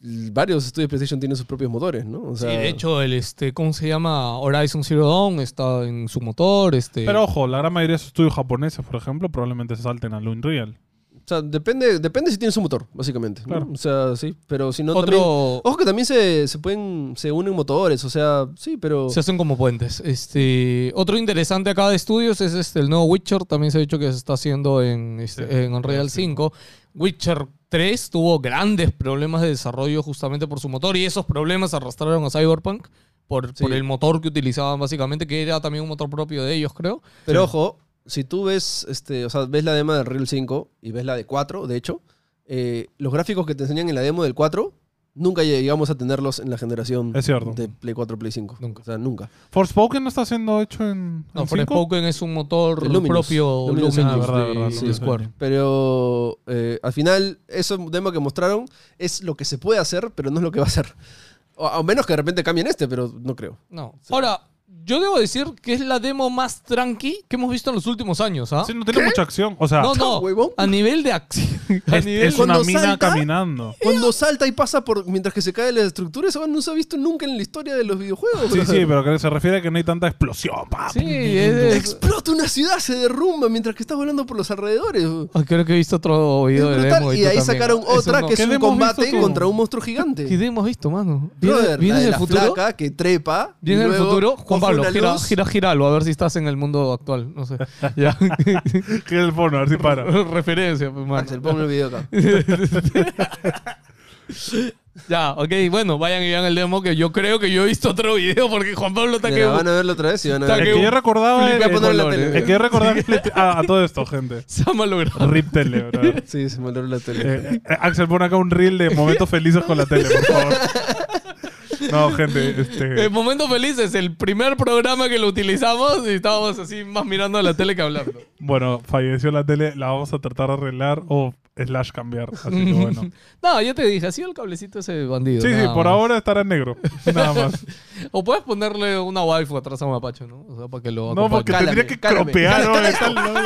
Speaker 3: varios estudios de PlayStation tienen sus propios motores, ¿no? O
Speaker 1: sí,
Speaker 3: sea,
Speaker 1: de hecho el este, ¿cómo se llama? Horizon Zero Dawn está en su motor, este
Speaker 2: Pero ojo, la gran mayoría de esos estudios japoneses, por ejemplo, probablemente se salten al Unreal.
Speaker 3: O sea, depende, depende si tiene su motor, básicamente. ¿no?
Speaker 2: Claro.
Speaker 3: O sea, sí, pero si no también-
Speaker 1: otro
Speaker 3: Ojo que también se, se pueden, se unen motores, o sea, sí, pero...
Speaker 1: Se hacen como puentes. Este, otro interesante acá de estudios es este, el nuevo Witcher. También se ha dicho que se está haciendo en, este,
Speaker 2: Sí,
Speaker 1: en Unreal
Speaker 2: sí.
Speaker 1: 5. Witcher 3 tuvo grandes problemas de desarrollo justamente por su motor y esos problemas arrastraron a Cyberpunk por,
Speaker 3: Sí.
Speaker 1: por el motor que utilizaban básicamente, que era también un motor propio de ellos, creo.
Speaker 3: Pero ojo, si tú ves, este, o sea, ves la demo del Real 5 y ves la de 4, de hecho, eh, los gráficos que te enseñan en la demo del 4 nunca llegamos a tenerlos en la generación
Speaker 2: Es cierto.
Speaker 3: de Play 4, Play 5.
Speaker 1: Nunca.
Speaker 3: O sea, nunca.
Speaker 2: Forspoken no está siendo hecho en.
Speaker 1: No,
Speaker 2: en cinco?
Speaker 1: Forspoken es un motor
Speaker 3: De Luminous.
Speaker 1: propio
Speaker 3: Luminous
Speaker 1: Luminous
Speaker 3: Engine.
Speaker 1: de-
Speaker 2: Ah, verdad, verdad,
Speaker 1: de
Speaker 2: Luminous
Speaker 1: Square.
Speaker 2: Engine.
Speaker 3: Pero eh, al final, esa demo que mostraron es lo que se puede hacer, pero no es lo que va a hacer. O, a menos que de repente cambien este, pero no creo.
Speaker 1: No. Ahora, yo debo decir que es la demo más tranqui que hemos visto en los últimos años, ¿ah?
Speaker 2: Sí, no tiene mucha acción. O sea,
Speaker 1: No, no,
Speaker 3: huevón.
Speaker 1: a nivel de acción. A
Speaker 2: es,
Speaker 1: nivel
Speaker 2: es una
Speaker 3: Cuando
Speaker 2: mina
Speaker 3: salta-
Speaker 2: caminando.
Speaker 3: Cuando salta y pasa por mientras que se cae la estructura, eso no se ha visto nunca en la historia de los videojuegos.
Speaker 2: Sí,
Speaker 3: brother.
Speaker 2: sí, pero que se refiere a que no hay tanta explosión. pa,
Speaker 1: Sí,
Speaker 2: pum.
Speaker 1: es-
Speaker 3: Explota una ciudad, se derrumba mientras que estás volando por los alrededores.
Speaker 1: Ay, Ah, creo que he visto otro video
Speaker 3: Es
Speaker 1: de
Speaker 3: brutal.
Speaker 1: demo.
Speaker 3: y
Speaker 1: tú
Speaker 3: de ahí
Speaker 1: también.
Speaker 3: sacaron
Speaker 1: Eso
Speaker 3: otra
Speaker 1: no.
Speaker 3: que es
Speaker 2: ¿Qué
Speaker 3: un
Speaker 2: demo has
Speaker 3: combate
Speaker 2: visto tú?
Speaker 3: contra un monstruo
Speaker 1: ¿Qué
Speaker 3: gigante.
Speaker 1: demo has visto, mano? ¿Viene,
Speaker 3: Brother, la
Speaker 1: viene
Speaker 3: de
Speaker 1: del
Speaker 3: la
Speaker 1: futuro?
Speaker 3: flaca que trepa. y
Speaker 1: Viene del
Speaker 3: luego
Speaker 1: futuro. Juan
Speaker 3: coge
Speaker 1: Pablo,
Speaker 3: una
Speaker 1: gira,
Speaker 3: luz.
Speaker 1: gira, gíralo, a ver si estás en el mundo actual. No sé. Ya.
Speaker 2: Que el fono, a ver si para.
Speaker 1: Referencia, pues, mano.
Speaker 3: Axel, ponme el video acá.
Speaker 1: Ya, ok, bueno, vayan y vean el demo que yo creo que yo he visto otro video porque Juan Pablo está
Speaker 3: Mira,
Speaker 1: que...
Speaker 3: van a verlo otra vez y van a
Speaker 1: Está
Speaker 2: El
Speaker 3: ver.
Speaker 2: que yo recordaba.
Speaker 1: Flipé
Speaker 2: El,
Speaker 3: Voy a poner la
Speaker 1: colores.
Speaker 2: el
Speaker 3: tele.
Speaker 2: que yo recordaba a, a todo esto, gente.
Speaker 1: Se ha malogrado.
Speaker 2: Rip tele, bro. Eh,
Speaker 3: Sí, se me olvidó la tele.
Speaker 2: eh, Axel, pon acá un reel de momentos felices con la tele, por favor. No, gente, este.
Speaker 1: El momento feliz es el primer programa que lo utilizamos y estábamos así más mirando a la tele que hablando.
Speaker 2: Bueno, falleció la tele, la vamos a tratar de arreglar o slash cambiar. Así que bueno.
Speaker 1: No, yo te dije, ha sido el cablecito ese bandido.
Speaker 2: Sí, sí,
Speaker 1: nada
Speaker 2: por
Speaker 1: más.
Speaker 2: ahora estará en negro. Nada más.
Speaker 1: O puedes ponerle una waifu atrás a Mapacho, ¿no? O sea, para que lo
Speaker 2: No,
Speaker 1: acompañe.
Speaker 2: porque
Speaker 3: Cálame,
Speaker 2: tendría que
Speaker 3: cálame.
Speaker 2: cropear, ¿no? Está loco.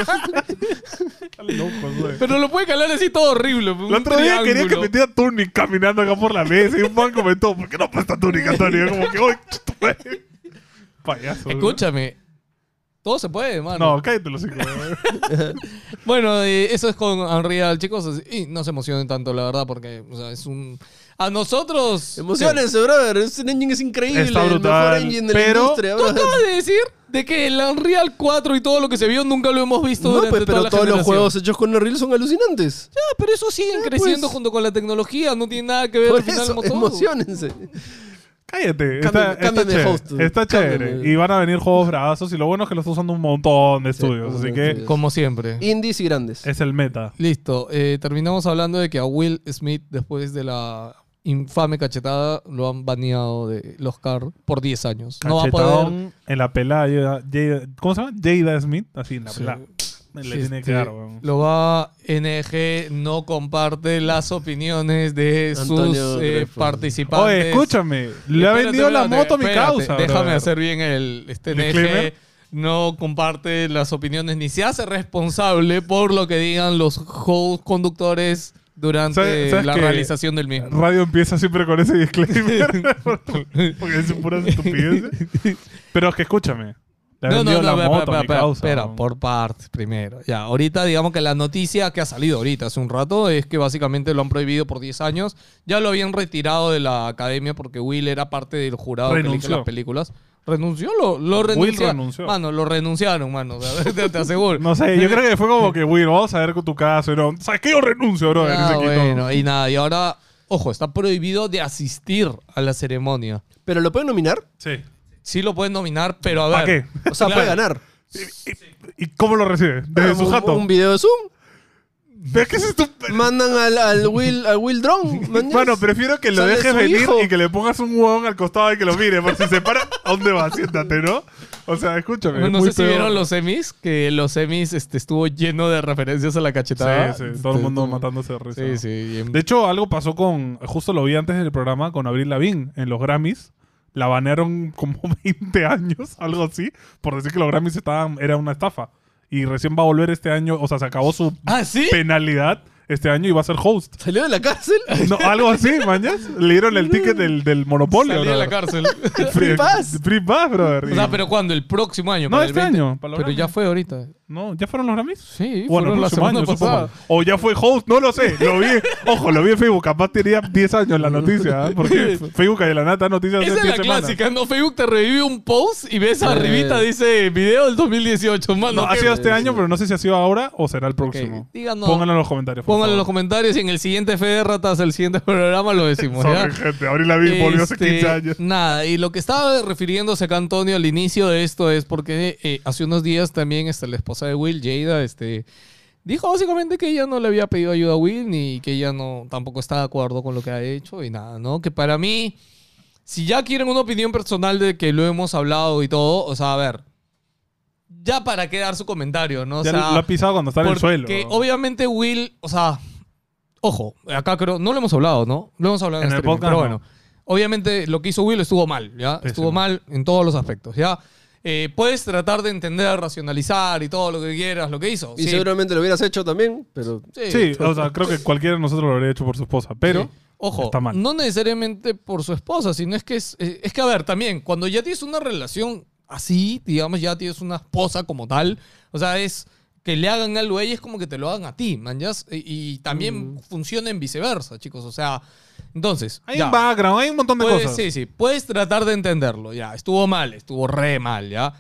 Speaker 2: Está loco, güey.
Speaker 1: Pero lo puede calar así todo horrible.
Speaker 2: El otro día quería que metiera Tunic caminando acá por la mesa y un man comentó, ¿por qué no presta Tunic, Antonio? Yo Como que, ¡ay, chuta, güey". Payaso. güey.
Speaker 1: Escúchame. Todo se puede, mano.
Speaker 2: No, cállate los cinco. güey.
Speaker 1: Bueno, eh, eso es con Unreal, chicos. así- Y no se emocionen tanto, la verdad, porque o sea, es un... A nosotros...
Speaker 3: Emociones, brother. Este engine es increíble.
Speaker 2: Está
Speaker 3: El
Speaker 2: brutal,
Speaker 3: mejor engine de
Speaker 2: pero-
Speaker 3: la industria,
Speaker 1: Tú
Speaker 3: brother.
Speaker 1: acabas de decir de que el Unreal 4 y todo lo que se vio nunca lo hemos visto
Speaker 3: No,
Speaker 1: durante
Speaker 3: pues,
Speaker 1: toda
Speaker 3: pero
Speaker 1: la
Speaker 3: todos los
Speaker 1: generación.
Speaker 3: juegos hechos con Unreal son alucinantes.
Speaker 1: Ah, pero eso siguen
Speaker 3: Ah,
Speaker 1: creciendo
Speaker 3: pues.
Speaker 1: junto con la tecnología. No tiene nada que ver
Speaker 3: Por
Speaker 1: al final
Speaker 3: eso,
Speaker 1: como todo.
Speaker 3: emocionénse.
Speaker 2: Cállate.
Speaker 3: Cámbiame-
Speaker 2: Está, está
Speaker 3: cámbiame
Speaker 2: chévere.
Speaker 3: host, tú.
Speaker 2: Está chévere.
Speaker 3: Cámbiame.
Speaker 2: Y van a venir juegos bravazos y lo bueno es que lo está usando un montón de estudios.
Speaker 3: un
Speaker 2: así
Speaker 3: montón
Speaker 2: que
Speaker 3: de estudios.
Speaker 1: Como siempre.
Speaker 3: Indies y grandes.
Speaker 2: es el meta.
Speaker 1: Listo. eh, terminamos hablando de que a Will Smith, después de la infame cachetada, lo han baneado del Oscar por 10 años. No va a poder.
Speaker 2: Cachetadón en la pelada. Jada- Jada- ¿Cómo se llama? Jada Smith. Así, en la
Speaker 1: Sí.
Speaker 2: pelada. Le tiene que
Speaker 1: este,
Speaker 2: dar, weón.
Speaker 1: lo va NG, no comparte las opiniones de
Speaker 3: Antonio
Speaker 1: sus eh,
Speaker 3: Grefg.
Speaker 1: participantes.
Speaker 2: Oye, escúchame. Le ha
Speaker 1: Espérate,
Speaker 2: vendido la
Speaker 1: espérate,
Speaker 2: moto a mi
Speaker 1: espérate,
Speaker 2: causa.
Speaker 1: Déjame
Speaker 2: brother.
Speaker 1: hacer bien el este NG.
Speaker 2: Disclaimer.
Speaker 1: No comparte las opiniones ni se hace responsable por lo que digan los host conductores durante
Speaker 2: ¿Sabes- sabes
Speaker 1: la
Speaker 2: que-
Speaker 1: realización del mismo.
Speaker 2: Radio empieza siempre con ese disclaimer. porque es pura estupidez. Pero es que escúchame. Le ha
Speaker 1: No, no,
Speaker 2: vendido
Speaker 1: no,
Speaker 2: la
Speaker 1: espera,
Speaker 2: moto
Speaker 1: espera,
Speaker 2: a mi
Speaker 1: espera,
Speaker 2: causa.
Speaker 1: espera,
Speaker 2: weón.
Speaker 1: por partes primero. Ya, ahorita digamos que la noticia que ha salido ahorita hace un rato es que básicamente lo han prohibido por 10 años. Ya lo habían retirado de la academia porque Will era parte del jurado que elige
Speaker 2: Renunció.
Speaker 1: las películas. ¿Renunció? Lo, lo
Speaker 2: Will
Speaker 1: renuncia-
Speaker 2: renunció.
Speaker 1: Mano, lo renunciaron, mano. o sea, te, te aseguro.
Speaker 2: No sé, yo creo que fue como que, güey, vamos a ver con tu caso. ¿no? ¿Sabes qué? Yo renuncio, bro.
Speaker 1: Ah, bueno, y nada, y ahora, ojo, está prohibido de asistir a la ceremonia.
Speaker 3: Pero lo pueden nominar.
Speaker 2: Sí.
Speaker 1: Sí lo pueden nominar, pero a ver.
Speaker 2: ¿Para qué?
Speaker 3: O sea, puede ganar.
Speaker 2: ¿Y cómo lo recibe? Desde su
Speaker 3: Un-
Speaker 2: jato.
Speaker 3: Un video de Zoom.
Speaker 2: ¿Ves que es estúpido?
Speaker 3: Mandan al, al Will, al Will Drone. man, yes.
Speaker 2: Bueno, prefiero que lo
Speaker 3: Son de
Speaker 2: dejes
Speaker 3: su
Speaker 2: venir
Speaker 3: hijo.
Speaker 2: y que le pongas un huevón al costado y que lo mire. Por si se para, ¿a dónde va? Siéntate, ¿no? O sea, escúchame.
Speaker 1: No,
Speaker 2: es
Speaker 1: no
Speaker 2: muy
Speaker 1: sé si
Speaker 2: peor.
Speaker 1: vieron los semis, que los semis este, estuvo lleno de referencias a la cachetada.
Speaker 2: Sí, sí, todo el mundo matándose de risa.
Speaker 1: Sí, sí. y en-
Speaker 2: De hecho, algo pasó con. Justo lo vi antes del programa con Abril Lavigne en los Grammys. La banearon como 20 años, algo así, por decir que los Grammys estaban, era una estafa. Y recién va a volver este año, o sea, se acabó su
Speaker 1: ah, sí.
Speaker 2: penalidad este año y va a ser host.
Speaker 3: ¿Salió de la cárcel?
Speaker 2: No, algo así, mañas. Le dieron el ticket del, del Monopolio.
Speaker 1: Salí de la
Speaker 2: brother.
Speaker 1: cárcel.
Speaker 2: Free,
Speaker 3: Free pass.
Speaker 2: Free pass, brother.
Speaker 1: o sea, pero cuando el próximo año.
Speaker 2: no,
Speaker 1: para el
Speaker 2: este
Speaker 1: 20.
Speaker 2: año. para los
Speaker 1: Pero ya
Speaker 2: Grammys.
Speaker 1: fue ahorita.
Speaker 2: ¿No? ¿Ya fueron los Grammys?
Speaker 1: Sí,
Speaker 2: Bueno,
Speaker 1: fueron
Speaker 2: el
Speaker 1: la
Speaker 2: próximo
Speaker 1: semana
Speaker 2: año,
Speaker 1: pasada.
Speaker 2: supongo. O ya fue host, no lo sé. Lo vi, ojo, lo vi en Facebook. Capaz tenía 10 años la noticia. ¿eh? Porque Facebook de la nata noticias
Speaker 1: Esa
Speaker 2: hace
Speaker 1: es la
Speaker 2: 10 semanas.
Speaker 1: clásica, ¿no? Facebook te revive un post y ves arribita, dice video del 2018. Mano,
Speaker 2: No, ha
Speaker 1: qué-
Speaker 2: sido este año, pero no sé si ha sido ahora o será el próximo.
Speaker 1: díganos.
Speaker 2: Pónganlo en los comentarios. por
Speaker 1: Pónganlo en los
Speaker 2: favor.
Speaker 1: comentarios y en el siguiente Fede Ratas, el siguiente programa, lo decimos, ¿ya?
Speaker 2: Sorry, gente. Abril Lavigne volvió hace
Speaker 1: Este,
Speaker 2: 15 años.
Speaker 1: Nada, y lo que estaba refiriéndose acá Antonio al inicio de esto es porque eh, hace unos días también este, la esposa de Will, Jada, este, dijo básicamente que ella no le había pedido ayuda a Will ni que ella no tampoco está de acuerdo con lo que ha hecho y nada, ¿no? Que para mí, si ya quieren una opinión personal de que lo hemos hablado y todo, o sea, a ver, ya para qué dar su comentario, ¿no? O
Speaker 2: Ya
Speaker 1: sea,
Speaker 2: lo ha pisado cuando está en el suelo.
Speaker 1: porque obviamente Will, o sea, ojo, acá creo, no lo hemos hablado, ¿no? Lo hemos hablado en,
Speaker 2: En el
Speaker 1: streaming,
Speaker 2: podcast,
Speaker 1: pero bueno. Obviamente lo que hizo Will estuvo mal, ¿ya?
Speaker 2: Pésimo.
Speaker 1: Estuvo mal en todos los aspectos, ¿ya? Eh, puedes tratar de entender, racionalizar y todo lo que quieras, lo que hizo.
Speaker 3: Y
Speaker 1: sí,
Speaker 3: seguramente lo hubieras hecho también, pero
Speaker 2: Sí, o sea, creo que cualquiera de nosotros lo habría hecho por su esposa, pero
Speaker 1: Sí. Ojo,
Speaker 2: está mal.
Speaker 1: no necesariamente por su esposa, sino es que es, eh, es que, a ver, también, cuando ya tienes una relación así, digamos, ya tienes una esposa como tal, o sea, es que le hagan algo a ella, es como que te lo hagan a ti, man, ya, y, y también funciona en viceversa, chicos, o sea, entonces,
Speaker 2: Mm. hay
Speaker 1: ya,
Speaker 2: un background, hay un montón de
Speaker 1: puedes,
Speaker 2: cosas.
Speaker 1: sí, sí, puedes tratar de entenderlo, ya, estuvo mal, estuvo re mal, ya,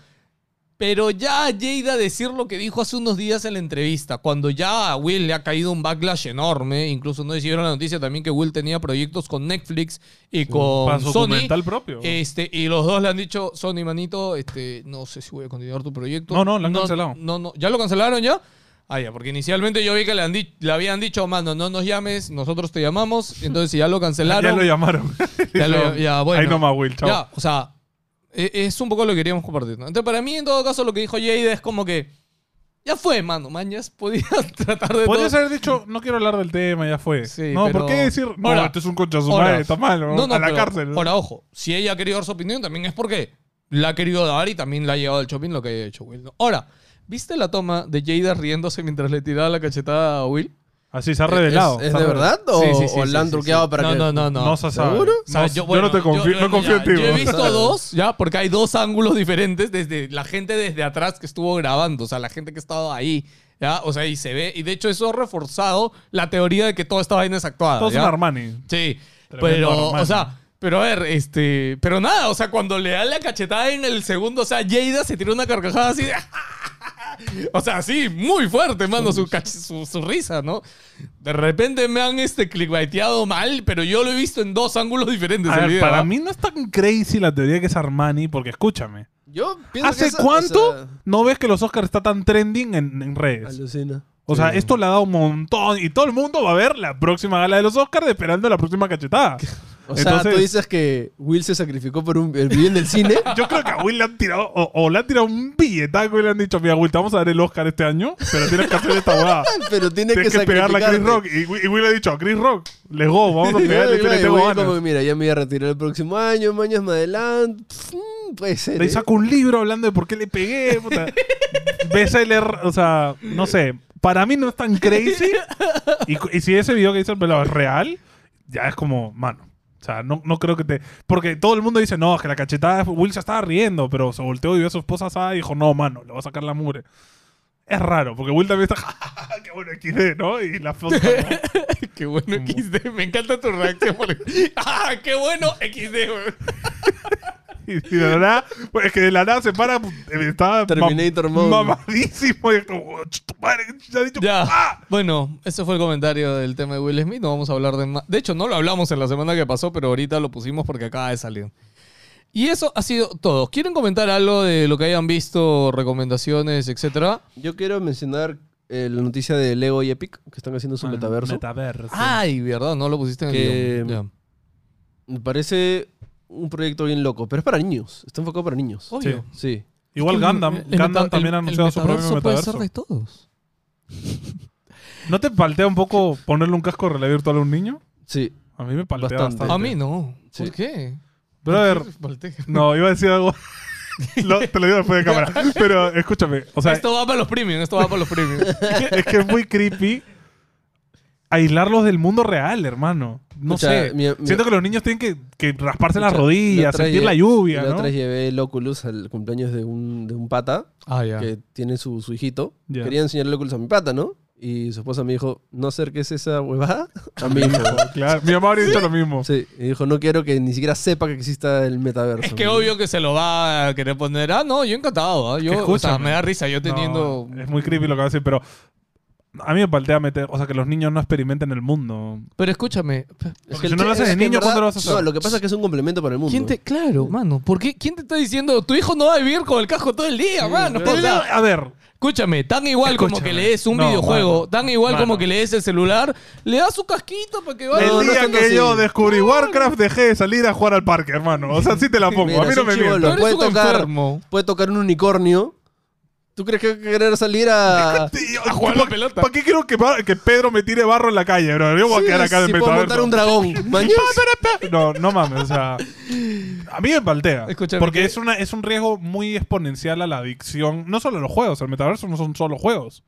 Speaker 1: pero ya a Jada decir lo que dijo hace unos días en la entrevista, cuando ya a Will le ha caído un backlash enorme, incluso no hicieron la noticia también que Will tenía proyectos con Netflix y
Speaker 2: Para
Speaker 1: con
Speaker 2: su
Speaker 1: Sony.
Speaker 2: documental propio.
Speaker 1: Este, y los dos le han dicho, Sony Manito, este, no sé si voy a continuar tu proyecto.
Speaker 2: No, no, lo han cancelado.
Speaker 1: No, no, ¿ya lo cancelaron ya? Ah, ya, porque inicialmente yo vi que le, han di- le habían dicho, mano, no nos llames, nosotros te llamamos. Entonces, si ya lo cancelaron.
Speaker 2: Ya lo llamaron.
Speaker 1: Ah, Ya lo- ya, bueno.
Speaker 2: Ahí nomás, Will, chao.
Speaker 1: Ya, o sea, e- es un poco lo que queríamos compartir. ¿no? Entonces, para mí, en todo caso, lo que dijo Jade es como que ya fue, mano, mañas. Podías tratar de.
Speaker 2: Podrías
Speaker 1: todo.
Speaker 2: haber dicho, no quiero hablar del tema, ya fue.
Speaker 1: pues, Sí,
Speaker 2: no,
Speaker 1: pero-
Speaker 2: ¿por qué decir, no,
Speaker 1: Ahora,
Speaker 2: esto es un concha de su
Speaker 1: ahora,
Speaker 2: madre, está mal, ¿no? a la
Speaker 1: pero-
Speaker 2: cárcel?
Speaker 1: Ahora, ojo, si ella ha querido dar su opinión, también es porque la ha querido dar y también la ha llevado al shopping lo que haya hecho Will. ¿no? Ahora, ¿viste la toma de Jada riéndose mientras le tiraba la cachetada a Will?
Speaker 2: Así se ha revelado.
Speaker 3: ¿es
Speaker 2: se ha
Speaker 3: de
Speaker 2: revelado.
Speaker 3: verdad o,
Speaker 1: Sí, sí, sí,
Speaker 3: o
Speaker 1: sí,
Speaker 3: la han
Speaker 1: sí,
Speaker 3: truqueado
Speaker 1: sí.
Speaker 3: para
Speaker 1: no,
Speaker 3: que
Speaker 1: No, no, no.
Speaker 2: No se sabe.
Speaker 3: ¿Seguro?
Speaker 1: O sea,
Speaker 2: No,
Speaker 1: yo,
Speaker 2: yo,
Speaker 1: bueno,
Speaker 2: no te confío,
Speaker 1: yo-
Speaker 2: no confío
Speaker 1: ya,
Speaker 2: en ti.
Speaker 1: Yo he
Speaker 2: bro.
Speaker 1: visto dos, ya, porque hay dos ángulos diferentes desde la gente desde atrás que estuvo grabando, o sea, la gente que estaba ahí, ya, o sea, y se ve, y de hecho eso ha reforzado la teoría de que toda esta vaina es actuada.
Speaker 2: Todos
Speaker 1: ¿ya?
Speaker 2: son Armani.
Speaker 1: Sí,
Speaker 2: Tremendo
Speaker 1: pero,
Speaker 2: Armani.
Speaker 1: o sea, pero a ver, este, pero nada, o sea, cuando le dan la cachetada en el segundo, o sea, Jada se tira una carcajada así de... O sea, sí, muy fuerte, mano, su, cach- su, su risa, ¿no? De repente me han este clickbaiteado mal, pero yo lo he visto en dos ángulos diferentes.
Speaker 2: A
Speaker 1: el
Speaker 2: ver,
Speaker 1: video,
Speaker 2: para
Speaker 1: ¿ah?
Speaker 2: mí no es tan crazy la teoría que es Armani, porque escúchame.
Speaker 3: Yo pienso que
Speaker 2: ¿Hace
Speaker 3: esa- o
Speaker 2: cuánto
Speaker 3: sea,
Speaker 2: no ves que los Oscars está tan trending en, en redes?
Speaker 3: alucina.
Speaker 2: O sea, esto le ha dado un montón y todo el mundo va a ver la próxima gala de los Oscars esperando la próxima cachetada.
Speaker 3: O sea,
Speaker 2: Entonces-
Speaker 3: tú dices que Will se sacrificó por un, el bien del cine.
Speaker 2: Yo creo que a Will le han tirado, o, o le han tirado un billetaco y le han dicho, mira, Will, te vamos a dar el Oscar este año, pero tienes que hacer esta hueá.
Speaker 3: pero tiene que,
Speaker 2: Tienes que, pegarle a Chris Rock.
Speaker 3: sacrificarte.
Speaker 2: Y, Will- y Will le ha dicho, a Chris Rock, les go, vamos a
Speaker 3: Y
Speaker 2: pegarle, yo le
Speaker 3: Will
Speaker 2: tengo
Speaker 3: como
Speaker 2: ganas.
Speaker 3: que, mira, ya me voy a retirar el próximo año, mañas más adelante. Pff, mm, puede ser.
Speaker 2: Le
Speaker 3: ¿eh?
Speaker 2: saco un libro hablando de por qué le pegué, puta. Bestseller, o sea, no sé. Para mí no es tan crazy. Y, cu- y si ese video que hizo el pelado es real, ya es como, mano. O sea, no, no creo que te... Porque todo el mundo dice, no, es que la cachetada... Will se estaba riendo, pero se volteó y vio a su esposa asada y dijo, no, mano, le va a sacar la mugre. Es raro, porque Will también está... "Ja, ja, ja, ¡Qué bueno XD, ¿no? Y la foto... ¿no?
Speaker 1: Qué bueno XD, me encanta tu reacción. porque- ¡Ah, qué bueno XD! weón.
Speaker 2: Y de la nada, pues, es que de la nada se para, eh, estaba
Speaker 3: Terminator
Speaker 2: mam-
Speaker 3: mode.
Speaker 2: mamadísimo. Y es como, "Oh, ch- tu madre, ya ha dicho,
Speaker 1: Ya.
Speaker 2: ¡ah!
Speaker 1: Bueno, ese fue el comentario del tema de Will Smith. No vamos a hablar de más. De hecho, no lo hablamos en la semana que pasó, pero ahorita lo pusimos porque acaba de salir. Y eso ha sido todo. ¿Quieren comentar algo de lo que hayan visto, recomendaciones, etcétera?
Speaker 3: Yo quiero mencionar eh, la noticia de Lego y Epic, que están haciendo
Speaker 2: Ah,
Speaker 3: su metaverso.
Speaker 2: Metaverso.
Speaker 1: Ay, verdad, no lo pusiste en el
Speaker 3: Que-
Speaker 1: guión. Ya.
Speaker 3: Me parece un proyecto bien loco, pero es para niños. Está enfocado para niños.
Speaker 1: Obvio.
Speaker 3: Sí.
Speaker 2: Igual Gundam.
Speaker 1: El- el
Speaker 2: Gundam
Speaker 1: meta-
Speaker 2: también ha
Speaker 1: el- el
Speaker 2: anunciado su propio
Speaker 1: puede ser
Speaker 2: metaverso.
Speaker 1: de todos.
Speaker 2: ¿No te paltea un poco ponerle un casco de realidad virtual a un niño?
Speaker 3: Sí.
Speaker 2: A mí me paltea
Speaker 3: Bastante.
Speaker 2: bastante.
Speaker 1: A mí no.
Speaker 3: Sí.
Speaker 1: ¿Por qué?
Speaker 2: Brother,
Speaker 1: Voltea.
Speaker 2: no, iba a decir algo. Lo- te lo digo después de cámara. Pero escúchame, o sea,
Speaker 1: esto va para los premium, esto va para los premium.
Speaker 2: es que es muy creepy. aislarlos del mundo real, hermano. No
Speaker 3: Escucha,
Speaker 2: sé.
Speaker 3: mi- mi-
Speaker 2: Siento que los niños tienen que, que rasparse las
Speaker 3: Escucha, la
Speaker 2: rodillas,
Speaker 3: otra
Speaker 2: sentir
Speaker 3: lle-
Speaker 2: la lluvia,
Speaker 3: la
Speaker 2: ¿no?
Speaker 3: otra vez llevé el Oculus al cumpleaños de un, de un pata
Speaker 1: Ah, ya.
Speaker 3: que tiene su, su hijito.
Speaker 2: Ya.
Speaker 3: Quería enseñarle el Oculus a mi pata, ¿no? Y su esposa me dijo, no acerques esa huevada a mi hijo.
Speaker 2: Claro, mi mamá habría dicho lo mismo.
Speaker 3: sí, y dijo, no quiero que ni siquiera sepa que exista el metaverso.
Speaker 1: Es que obvio que se lo va a querer poner. Ah, no, yo encantado. ¿ah?
Speaker 2: Que
Speaker 1: Yo, o sea,
Speaker 2: escúchame.
Speaker 1: me da risa yo teniendo.
Speaker 2: No, es muy creepy lo que va a decir, pero a mí me paltea meter, o sea, que los niños no experimenten el mundo.
Speaker 1: Pero escúchame.
Speaker 2: Porque si no lo haces de
Speaker 3: es que en
Speaker 2: niño, ¿cuándo lo vas a hacer?
Speaker 3: No, lo que pasa es que es un complemento para el mundo.
Speaker 1: ¿Quién te, claro, mano. ¿Por qué? ¿Quién te está diciendo tu hijo no va a vivir con el casco todo el día, mano? O sea,
Speaker 2: a ver,
Speaker 1: escúchame, tan igual como
Speaker 2: Escúchame.
Speaker 1: que le des un
Speaker 2: No,
Speaker 1: videojuego,
Speaker 2: mano.
Speaker 1: tan igual
Speaker 2: Mano.
Speaker 1: como que le des el celular, le das su casquito para que vaya.
Speaker 3: no
Speaker 2: el día
Speaker 3: siendo
Speaker 2: que
Speaker 3: así.
Speaker 2: yo descubrí Warcraft dejé de salir a jugar al parque, hermano. O sea, sí te la pongo.
Speaker 3: Mira,
Speaker 2: a mí
Speaker 3: es
Speaker 2: no
Speaker 3: un
Speaker 2: me
Speaker 3: chibolo.
Speaker 2: mientas.
Speaker 1: Tú eres
Speaker 3: puede
Speaker 1: un
Speaker 3: tocar.
Speaker 1: enfermo.
Speaker 3: Puede tocar un unicornio. ¿Tú crees que va a querer salir a...
Speaker 2: Tío,
Speaker 1: A jugar a la pelota.
Speaker 2: ¿Para qué quiero que, pa- que Pedro me tire barro en la calle, bro? Yo voy a
Speaker 3: Sí,
Speaker 2: quedar acá
Speaker 3: si
Speaker 2: de
Speaker 3: puedo montar un dragón. Mañana.
Speaker 2: No, no mames, o sea. A mí me paltea.
Speaker 1: Escúchame,
Speaker 2: porque
Speaker 1: que-
Speaker 2: es, una, es un riesgo muy exponencial a la adicción. No solo a los juegos, el metaverso no son solo juegos.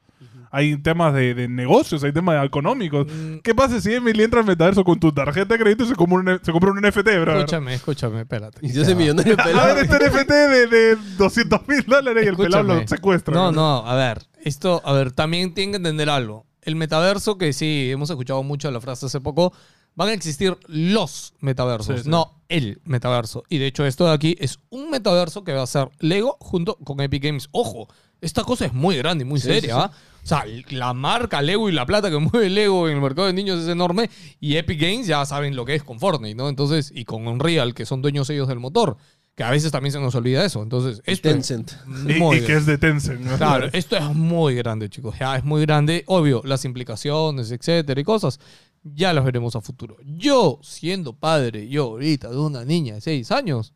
Speaker 2: Hay temas de, de negocios, hay temas económicos.
Speaker 1: Mm.
Speaker 2: ¿Qué pasa si Emily entra al metaverso con tu tarjeta de crédito y se compra un, se compra un NFT, bro?
Speaker 1: Escúchame, escúchame, espérate.
Speaker 3: Y yo soy millonario
Speaker 2: A ver,
Speaker 3: pelado.
Speaker 2: este NFT de, de 200 mil dólares y el pelado
Speaker 1: Escúchame.
Speaker 2: lo secuestra.
Speaker 1: No,
Speaker 2: bro.
Speaker 1: no, a ver. Esto, a ver, también tienen que entender algo. El metaverso, que sí, hemos escuchado mucho la frase hace poco, van a existir los metaversos,
Speaker 2: Sí, sí.
Speaker 1: no el metaverso. Y de hecho, esto de aquí es un metaverso que va a ser Lego junto con Epic Games. Ojo, esta cosa es muy grande y muy
Speaker 3: Sí,
Speaker 1: seria.
Speaker 3: sí,
Speaker 1: ¿ah? O sea, la marca Lego y la plata que mueve Lego en el mercado de niños es enorme. Y Epic Games ya saben lo que es con Fortnite, ¿no? Entonces, y con Unreal, que son dueños ellos del motor. Que a veces también se nos olvida eso. Entonces, esto es
Speaker 3: Tencent.
Speaker 2: Y,
Speaker 1: muy
Speaker 2: y que
Speaker 1: grande.
Speaker 2: es de Tencent. ¿no?
Speaker 1: Claro, esto es muy grande, chicos. Ya es muy grande. Obvio, las implicaciones, etcétera, y cosas. Ya las veremos a futuro. Yo, siendo padre, yo ahorita de una niña de 6 años,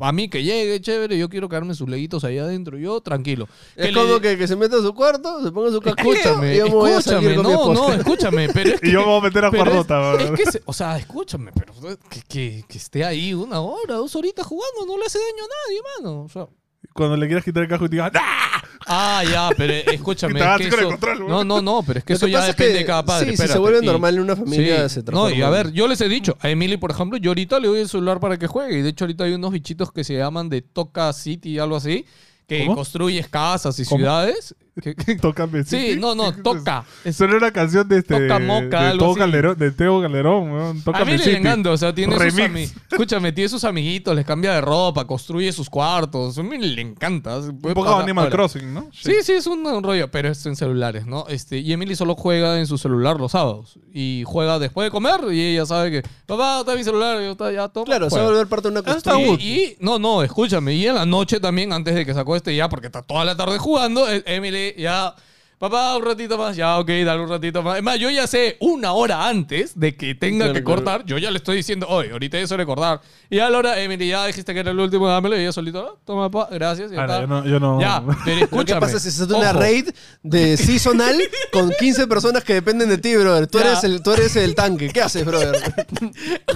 Speaker 1: a mí que llegue, chévere, yo quiero quedarme sus leguitos allá adentro, yo tranquilo.
Speaker 3: Es
Speaker 1: le-
Speaker 3: como que, que se meta a su cuarto, se ponga su casco.
Speaker 1: Escúchame,
Speaker 3: yo me voy a salir
Speaker 1: escúchame,
Speaker 3: con mi
Speaker 1: no, no,
Speaker 3: esposa.
Speaker 1: escúchame, pero es que...
Speaker 2: Y yo me voy a meter a jugar
Speaker 1: pero es-
Speaker 2: Dota, bro.
Speaker 1: es que se- o sea, escúchame, pero que, que- que esté ahí una hora, dos horitas jugando, no le hace daño a nadie, mano. O sea,
Speaker 2: Cuando le quieras quitar el cajo y te digas ¡Ah!
Speaker 1: Ah, ya, pero eh, escúchame.
Speaker 2: Te
Speaker 1: es
Speaker 2: vas
Speaker 1: que
Speaker 2: con el
Speaker 1: eso-
Speaker 2: control, güey.
Speaker 1: no, no, no, pero es que
Speaker 3: Lo
Speaker 1: eso
Speaker 3: que
Speaker 1: ya
Speaker 3: pasa es
Speaker 1: depende
Speaker 3: que,
Speaker 1: de cada padre.
Speaker 3: sí, si se
Speaker 1: espérate,
Speaker 3: vuelve
Speaker 1: y-
Speaker 3: normal en una familia, se
Speaker 1: No, y a
Speaker 3: transforma.
Speaker 1: ver, yo les he dicho, a Emily, por ejemplo, yo ahorita le doy el celular para que juegue. Y de hecho, ahorita hay unos bichitos que se llaman de Toca City, algo así, que
Speaker 2: ¿Cómo?
Speaker 1: construyes casas y
Speaker 2: ¿Cómo?
Speaker 1: ciudades. Que-
Speaker 2: Tócame.
Speaker 1: sí, no, no, toca. Es-
Speaker 2: Suena una canción de este.
Speaker 1: Toca Moca,
Speaker 2: de
Speaker 1: algo
Speaker 2: Teo
Speaker 1: así.
Speaker 2: Calderón, de Teo Calderón, weón. Toca
Speaker 1: a mí
Speaker 2: Mississippi.
Speaker 1: le encanta, o sea, tiene sus
Speaker 2: Remix.
Speaker 1: amigos. Escúchame, tiene sus amiguitos, les cambia de ropa, construye sus cuartos. A mí le encanta.
Speaker 2: Un poco Animal Crossing, ¿no?
Speaker 1: Sí, sí, es un, un rollo, pero es en celulares, ¿no? Este, y Emily solo juega en su celular los sábados. Y juega después de comer y ella sabe que, papá, está mi celular, yo está ya todo.
Speaker 3: Claro, se va a volver parte de una
Speaker 2: está
Speaker 3: costumbre.
Speaker 2: útil.
Speaker 1: y, y- no, no, escúchame. Y en la noche también, antes de que se acueste ya, porque está toda la tarde jugando, eh, Emily ya, papá, un ratito más, ya, ok, dale un ratito más. Es más, yo ya sé una hora antes de que tenga
Speaker 3: Claro,
Speaker 1: que
Speaker 3: claro.
Speaker 1: cortar, yo ya le estoy diciendo, oye, ahorita eso de cortar. Y a la hora, Emily, ya dijiste que era el último, dámelo. Y ella solito, "Ah, toma, papá, gracias. y ya
Speaker 2: Ah,
Speaker 1: está.
Speaker 2: yo no. Yo no.
Speaker 1: Ya, pero
Speaker 3: Lo
Speaker 1: escúchame.
Speaker 3: que pasa es que se hace una
Speaker 1: ojo.
Speaker 3: raid de seasonal con 15 personas que dependen de ti, brother. Tú,
Speaker 1: Ya.
Speaker 3: eres el, tú eres el tanque. ¿Qué haces, brother?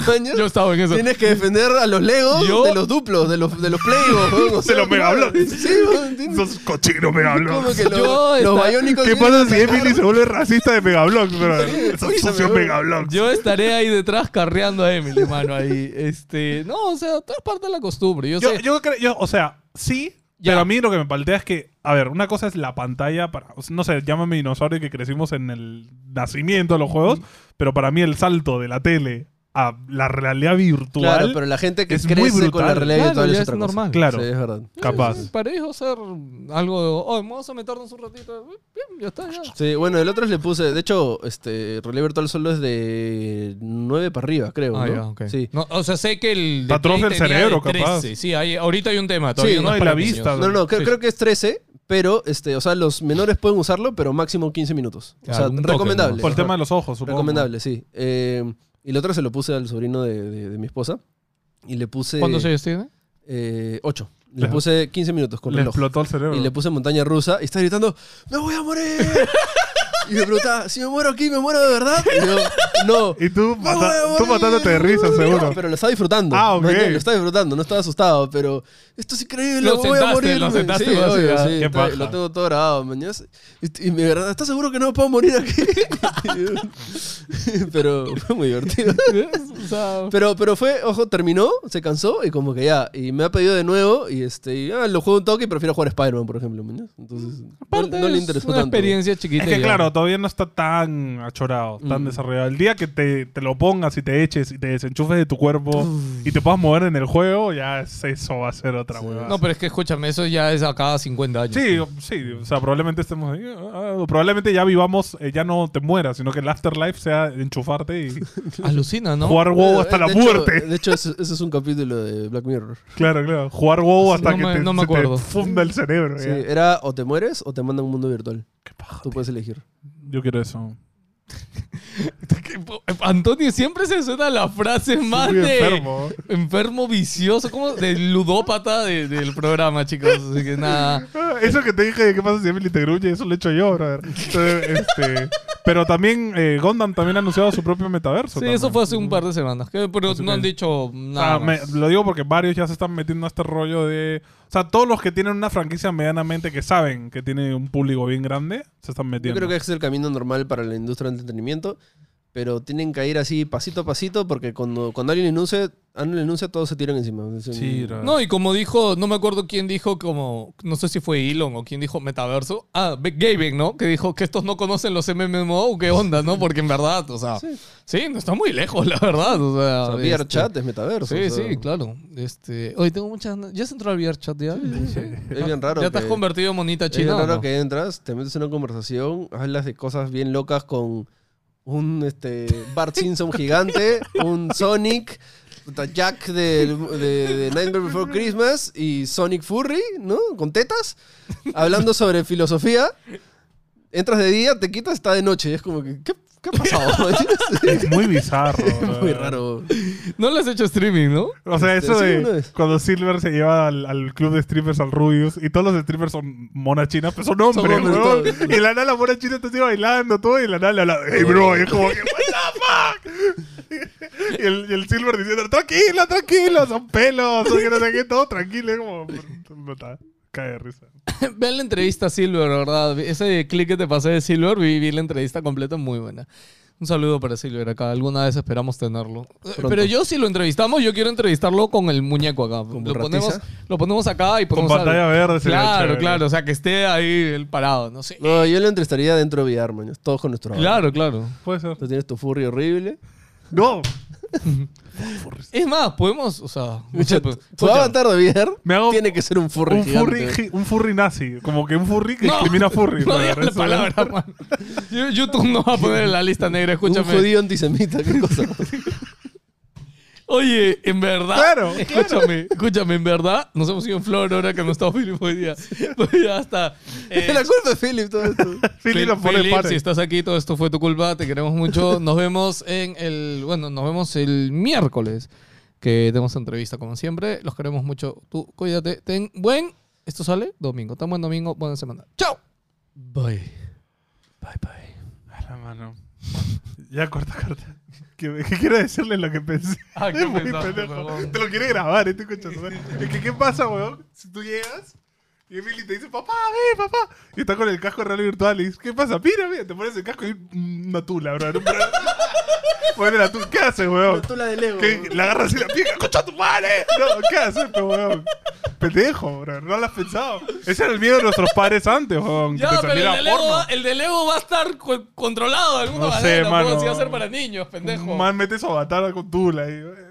Speaker 3: Coño,
Speaker 1: Yo estaba en eso.
Speaker 3: Tienes que defender a los Legos
Speaker 1: Yo-
Speaker 3: de los duplos, de los, de los Playboys. weón. O sea,
Speaker 2: los Megablocks.
Speaker 3: Sí, weón, tienes-
Speaker 2: Esos cochinos
Speaker 3: Como
Speaker 2: Megablogs.
Speaker 3: que los,
Speaker 1: Yo
Speaker 3: los
Speaker 1: esta-
Speaker 3: bayónicos
Speaker 2: ¿Qué
Speaker 3: vienen
Speaker 2: pasa
Speaker 3: a
Speaker 2: si
Speaker 3: sacar-
Speaker 2: Emily se vuelve racista de Megablogs, bro? Esos
Speaker 3: escúchame,
Speaker 2: sucios
Speaker 3: bro.
Speaker 2: Megablogs.
Speaker 1: Yo estaré ahí detrás carreando a Emily, mano, ahí. Este, no, o sea, todo es parte de la costumbre. Yo,
Speaker 2: Yo,
Speaker 1: sé,
Speaker 2: yo creo, yo, o sea, sí,
Speaker 1: Ya.
Speaker 2: pero a mí lo que me paltea es que, a ver, una cosa es la pantalla para, o sea, no sé, llámame dinosaurio que crecimos en el nacimiento de los juegos,
Speaker 1: Mm.
Speaker 2: pero para mí el salto de la tele a la realidad virtual,
Speaker 3: Claro, pero la gente que
Speaker 2: Es muy
Speaker 3: crece con la
Speaker 2: brutal.
Speaker 3: realidad virtual
Speaker 1: Claro, ya
Speaker 3: es
Speaker 1: es
Speaker 3: otra cosa.
Speaker 1: normal.
Speaker 2: Claro.
Speaker 3: Sí, es verdad.
Speaker 2: capaz.
Speaker 1: Sí, Para ellos ser algo de, oh, vamos a meternos un ratito. Bien, ya está, ya.
Speaker 3: Sí, bueno, el otro le puse, de hecho, este, realidad virtual solo es de 9 para arriba, creo,
Speaker 1: Ah,
Speaker 3: ¿no?
Speaker 1: ya, ok.
Speaker 3: Sí.
Speaker 1: No, o sea, sé que el. de
Speaker 2: Atrofia
Speaker 1: Play
Speaker 2: el
Speaker 1: tenía
Speaker 2: cerebro,
Speaker 1: de
Speaker 2: capaz.
Speaker 1: Sí, hay- ahorita hay un tema. Todavía
Speaker 3: Sí,
Speaker 1: no, es
Speaker 2: no, y
Speaker 1: para
Speaker 2: la
Speaker 1: niños.
Speaker 2: vista.
Speaker 3: No, no, creo,
Speaker 1: Sí.
Speaker 3: creo que es 13, pero, este, o sea, los menores pueden usarlo, pero máximo 15 minutos. O
Speaker 1: Claro,
Speaker 3: sea,
Speaker 1: un toque
Speaker 3: recomendable.
Speaker 1: nomás.
Speaker 2: por el tema de los ojos, supongo.
Speaker 3: Recomendable, sí. Eh, y el otro se lo puse al sobrino de, de- de mi esposa y le puse...
Speaker 1: ¿Cuántos años tiene?
Speaker 3: 8. Le
Speaker 2: Claro.
Speaker 3: puse 15 minutos con
Speaker 2: Le
Speaker 3: reloj.
Speaker 2: explotó el cerebro.
Speaker 3: Y le puse montaña rusa y está gritando, ¡me voy a morir! Y me preguntaba, si me muero aquí, ¿me muero de verdad? Y yo, no.
Speaker 2: Y tú,
Speaker 3: No,
Speaker 2: mata-
Speaker 3: voy a
Speaker 2: tú
Speaker 3: morir.
Speaker 2: matándote de risa,
Speaker 3: No,
Speaker 2: seguro.
Speaker 3: Pero lo estaba disfrutando.
Speaker 2: Ah,
Speaker 3: No,
Speaker 2: ok.
Speaker 3: no, lo estaba disfrutando, no estaba asustado, pero esto es increíble,
Speaker 1: Lo
Speaker 3: voy
Speaker 1: sentaste,
Speaker 3: a morir.
Speaker 1: lo sentaste
Speaker 3: sí,
Speaker 1: con
Speaker 3: obvio,
Speaker 1: ansiedad.
Speaker 3: sí,
Speaker 2: Qué
Speaker 3: está-
Speaker 2: paja.
Speaker 3: lo tengo todo grabado, mañana. Y, y me verdad, ¿estás seguro que no me puedo morir aquí? pero fue muy divertido.
Speaker 1: O sea,
Speaker 3: Pero, pero fue, ojo, terminó, se cansó y como que ya. Y me ha pedido de nuevo y este, y, ah, lo juego un toque y prefiero jugar Spider-Man, por ejemplo. ¿me entiendes? Entonces, no,
Speaker 1: aparte
Speaker 3: no le
Speaker 1: es
Speaker 3: interesó
Speaker 1: una
Speaker 3: tanto.
Speaker 1: experiencia chiquita.
Speaker 2: Es que
Speaker 1: ya.
Speaker 2: claro, todavía no está tan achorado, tan
Speaker 3: Mm.
Speaker 2: desarrollado. El día que te, te lo pongas y te eches y te desenchufes de tu cuerpo y te puedas mover en el juego, ya es- eso va a ser otra
Speaker 3: Sí.
Speaker 2: huevada.
Speaker 1: No, pero es que escúchame, eso ya es a cada 50 años.
Speaker 2: Sí, o- sí, o sea, probablemente estemos ahí, ah, ah, probablemente ya vivamos, eh, ya no te mueras, sino que el afterlife sea enchufarte y
Speaker 1: Alucina, ¿no?
Speaker 2: jugar
Speaker 3: Bueno,
Speaker 2: WoW hasta
Speaker 3: eh,
Speaker 2: la
Speaker 3: de hecho-
Speaker 2: muerte.
Speaker 3: de hecho, ese, ese es un capítulo de Black Mirror.
Speaker 2: Claro, claro. Jugar WoW hasta
Speaker 1: no
Speaker 2: que
Speaker 1: me-
Speaker 2: te,
Speaker 1: no me
Speaker 2: se te
Speaker 1: acuerdo.
Speaker 2: funda el cerebro.
Speaker 3: Sí,
Speaker 2: ya.
Speaker 3: era o te mueres o te mandan a un mundo virtual.
Speaker 2: Qué paja,
Speaker 3: Tú puedes elegir.
Speaker 2: Yo quiero eso.
Speaker 1: Antonio siempre se suena la frase más
Speaker 2: Estoy
Speaker 1: de
Speaker 2: enfermo.
Speaker 1: enfermo vicioso, como de ludópata de- del programa, chicos. Así que nada.
Speaker 2: Ah, Eso que te dije de qué pasa si Emily te gruñe, eso lo he hecho yo, brother. Entonces, este, pero también eh, Gondam también ha anunciado su propio metaverso.
Speaker 1: Sí,
Speaker 2: también.
Speaker 1: eso fue hace un par de semanas. que- Pero
Speaker 2: Así
Speaker 1: no han
Speaker 2: que-
Speaker 1: dicho
Speaker 2: O sea,
Speaker 1: nada.
Speaker 2: me-
Speaker 1: más.
Speaker 2: lo digo porque varios ya se están metiendo a este rollo de... O sea, todos los que tienen una franquicia medianamente que saben que tiene un público bien grande, se están
Speaker 3: Yo
Speaker 2: metiendo.
Speaker 3: creo que es el camino normal para la industria del entretenimiento, pero tienen que ir así pasito a pasito porque cuando, cuando alguien enuncia, alguien enuncia, todos se tiran encima. Es un-
Speaker 2: Sí, brother.
Speaker 1: No, y como dijo, no me acuerdo quién dijo, como, no sé si fue Elon o quién dijo metaverso. Ah, Be- Gaben, ¿no? Que dijo que estos no conocen los MMO, qué onda, ¿no? Porque en verdad, o sea, sí, no está muy lejos, la verdad. O sea,
Speaker 3: o sea,
Speaker 1: este-
Speaker 3: VR chat es metaverso.
Speaker 1: Sí,
Speaker 3: o sea,
Speaker 1: sí, claro. Este, hoy tengo muchas. ¿Ya has entrado al VR chat ya? Sí.
Speaker 3: Es bien raro.
Speaker 1: ¿Ya te has
Speaker 3: que-
Speaker 1: convertido en monita
Speaker 3: es bien
Speaker 1: china? o
Speaker 3: raro
Speaker 1: no?
Speaker 3: que entras, te metes en una conversación, hablas de cosas bien locas con un este, Bart Simpson gigante, un Sonic, puta, Jack del- de, de Nightmare Before Christmas y Sonic Furry, ¿no? Con tetas, hablando sobre filosofía. Entras de día, te quitas, está de noche. y Es como que, ¿qué, qué ha pasado?
Speaker 2: Es muy bizarro.
Speaker 1: Ah.
Speaker 2: brother.
Speaker 3: Muy raro.
Speaker 1: No le has hecho streaming, ¿no?
Speaker 2: O sea,
Speaker 3: Este,
Speaker 2: eso
Speaker 3: sí,
Speaker 2: de
Speaker 3: una vez.
Speaker 2: cuando Silver se lleva al, al club de strippers, al Rubius, y todos los strippers son monas chinas, pero son hombres,
Speaker 3: hombres,
Speaker 2: weón.
Speaker 3: todos.
Speaker 2: Y la nada la mona china está así bailando, todo, y la nada le habla, hey bro, y es como que, what the fuck. Y el, y el Silver diciendo, tranquilo, tranquilo, son pelos, son que no sé qué, todo tranquilo, es como, no está, cae de risa.
Speaker 1: Vean la entrevista a Silver, ¿verdad? Ese clic que te pasé de Silver, vi, vi la entrevista completa, muy buena. Un saludo para Silver acá. Alguna vez esperamos tenerlo. Eh,
Speaker 3: Pronto.
Speaker 1: Pero yo, si lo entrevistamos, yo quiero entrevistarlo con el muñeco acá. Lo
Speaker 3: Burratiza?
Speaker 1: ponemos, lo ponemos acá y
Speaker 2: Con
Speaker 1: ponemos.
Speaker 2: pantalla
Speaker 1: algo.
Speaker 2: verde, sería
Speaker 1: Claro,
Speaker 2: chévere.
Speaker 1: claro. O sea, que esté ahí el parado, no sé.
Speaker 3: No, yo lo entrevistaría dentro de VR, man. Todos con nuestro avatar.
Speaker 1: Claro, claro.
Speaker 2: Puede ser.
Speaker 3: Tú tienes tu furry horrible.
Speaker 2: No,
Speaker 1: Es más, podemos, o sea. no sé,
Speaker 3: Escucha,
Speaker 1: pues,
Speaker 3: tu
Speaker 1: escucha.
Speaker 3: avatar de VR
Speaker 2: Me hago
Speaker 3: tiene que ser un furry
Speaker 2: un
Speaker 3: gigante.
Speaker 2: furry, gi- un furry nazi, como que un furry que
Speaker 1: No,
Speaker 2: discrimina a furry.
Speaker 1: No
Speaker 2: brother,
Speaker 1: digas la
Speaker 2: eso es-
Speaker 1: palabra, man. Yo- YouTube no va a poner en la lista negra,
Speaker 3: Un
Speaker 1: escúchame.
Speaker 3: judío antisemita, qué cosa.
Speaker 1: Oye, en verdad.
Speaker 2: Claro,
Speaker 1: Escúchame, escúchame, en verdad. Nos hemos ido en flor ahora que no está Philip hoy día. Pues ya está. Eh,
Speaker 3: Es la culpa de Philip todo esto.
Speaker 2: Philly lo
Speaker 1: Phil-
Speaker 2: pone
Speaker 1: Philip,
Speaker 2: pares.
Speaker 1: si estás aquí, todo esto fue tu culpa. Te queremos mucho. Nos vemos en el. Bueno, nos vemos el miércoles. Que tenemos entrevista, como siempre. Los queremos mucho. Tú, cuídate. Ten buen. Esto sale domingo. Tan buen domingo. Buena semana. ¡Chao!
Speaker 3: Bye. Bye, bye.
Speaker 2: A la mano. Ya corta, corta. ¿Qué, qué quiero decirle lo que pensé?
Speaker 1: Ah, ¿qué
Speaker 2: Es muy
Speaker 1: pensaste,
Speaker 2: pendejo.
Speaker 1: huevón?
Speaker 2: Te lo quiere grabar, este coche. Es que, ¿qué pasa, weón? Si tú llegas y Emily te dice, papá, ve, papá. Y está con el casco real y virtual y dices, ¿qué pasa? Mira, mira, te pones el casco y hay una tula, bro. Bueno, la tula, ¿qué haces, weón?
Speaker 3: Tú la de Lego.
Speaker 2: ¿Qué? La agarras y la pica, concha tu madre. No, ¿qué haces, pe, weón? Pendejo, bro. No lo has pensado. Ese era el miedo de nuestros padres antes, weón. que
Speaker 1: Ya,
Speaker 2: te
Speaker 1: pero el
Speaker 2: saliera
Speaker 1: del, Lego
Speaker 2: porno.
Speaker 1: va, el del Lego va a estar co- controlado de alguna
Speaker 2: No sé,
Speaker 1: manera. pues,
Speaker 2: mano.
Speaker 1: Si va a ser para niños, pendejo.
Speaker 2: Man, mete su avatar con Tula ahí.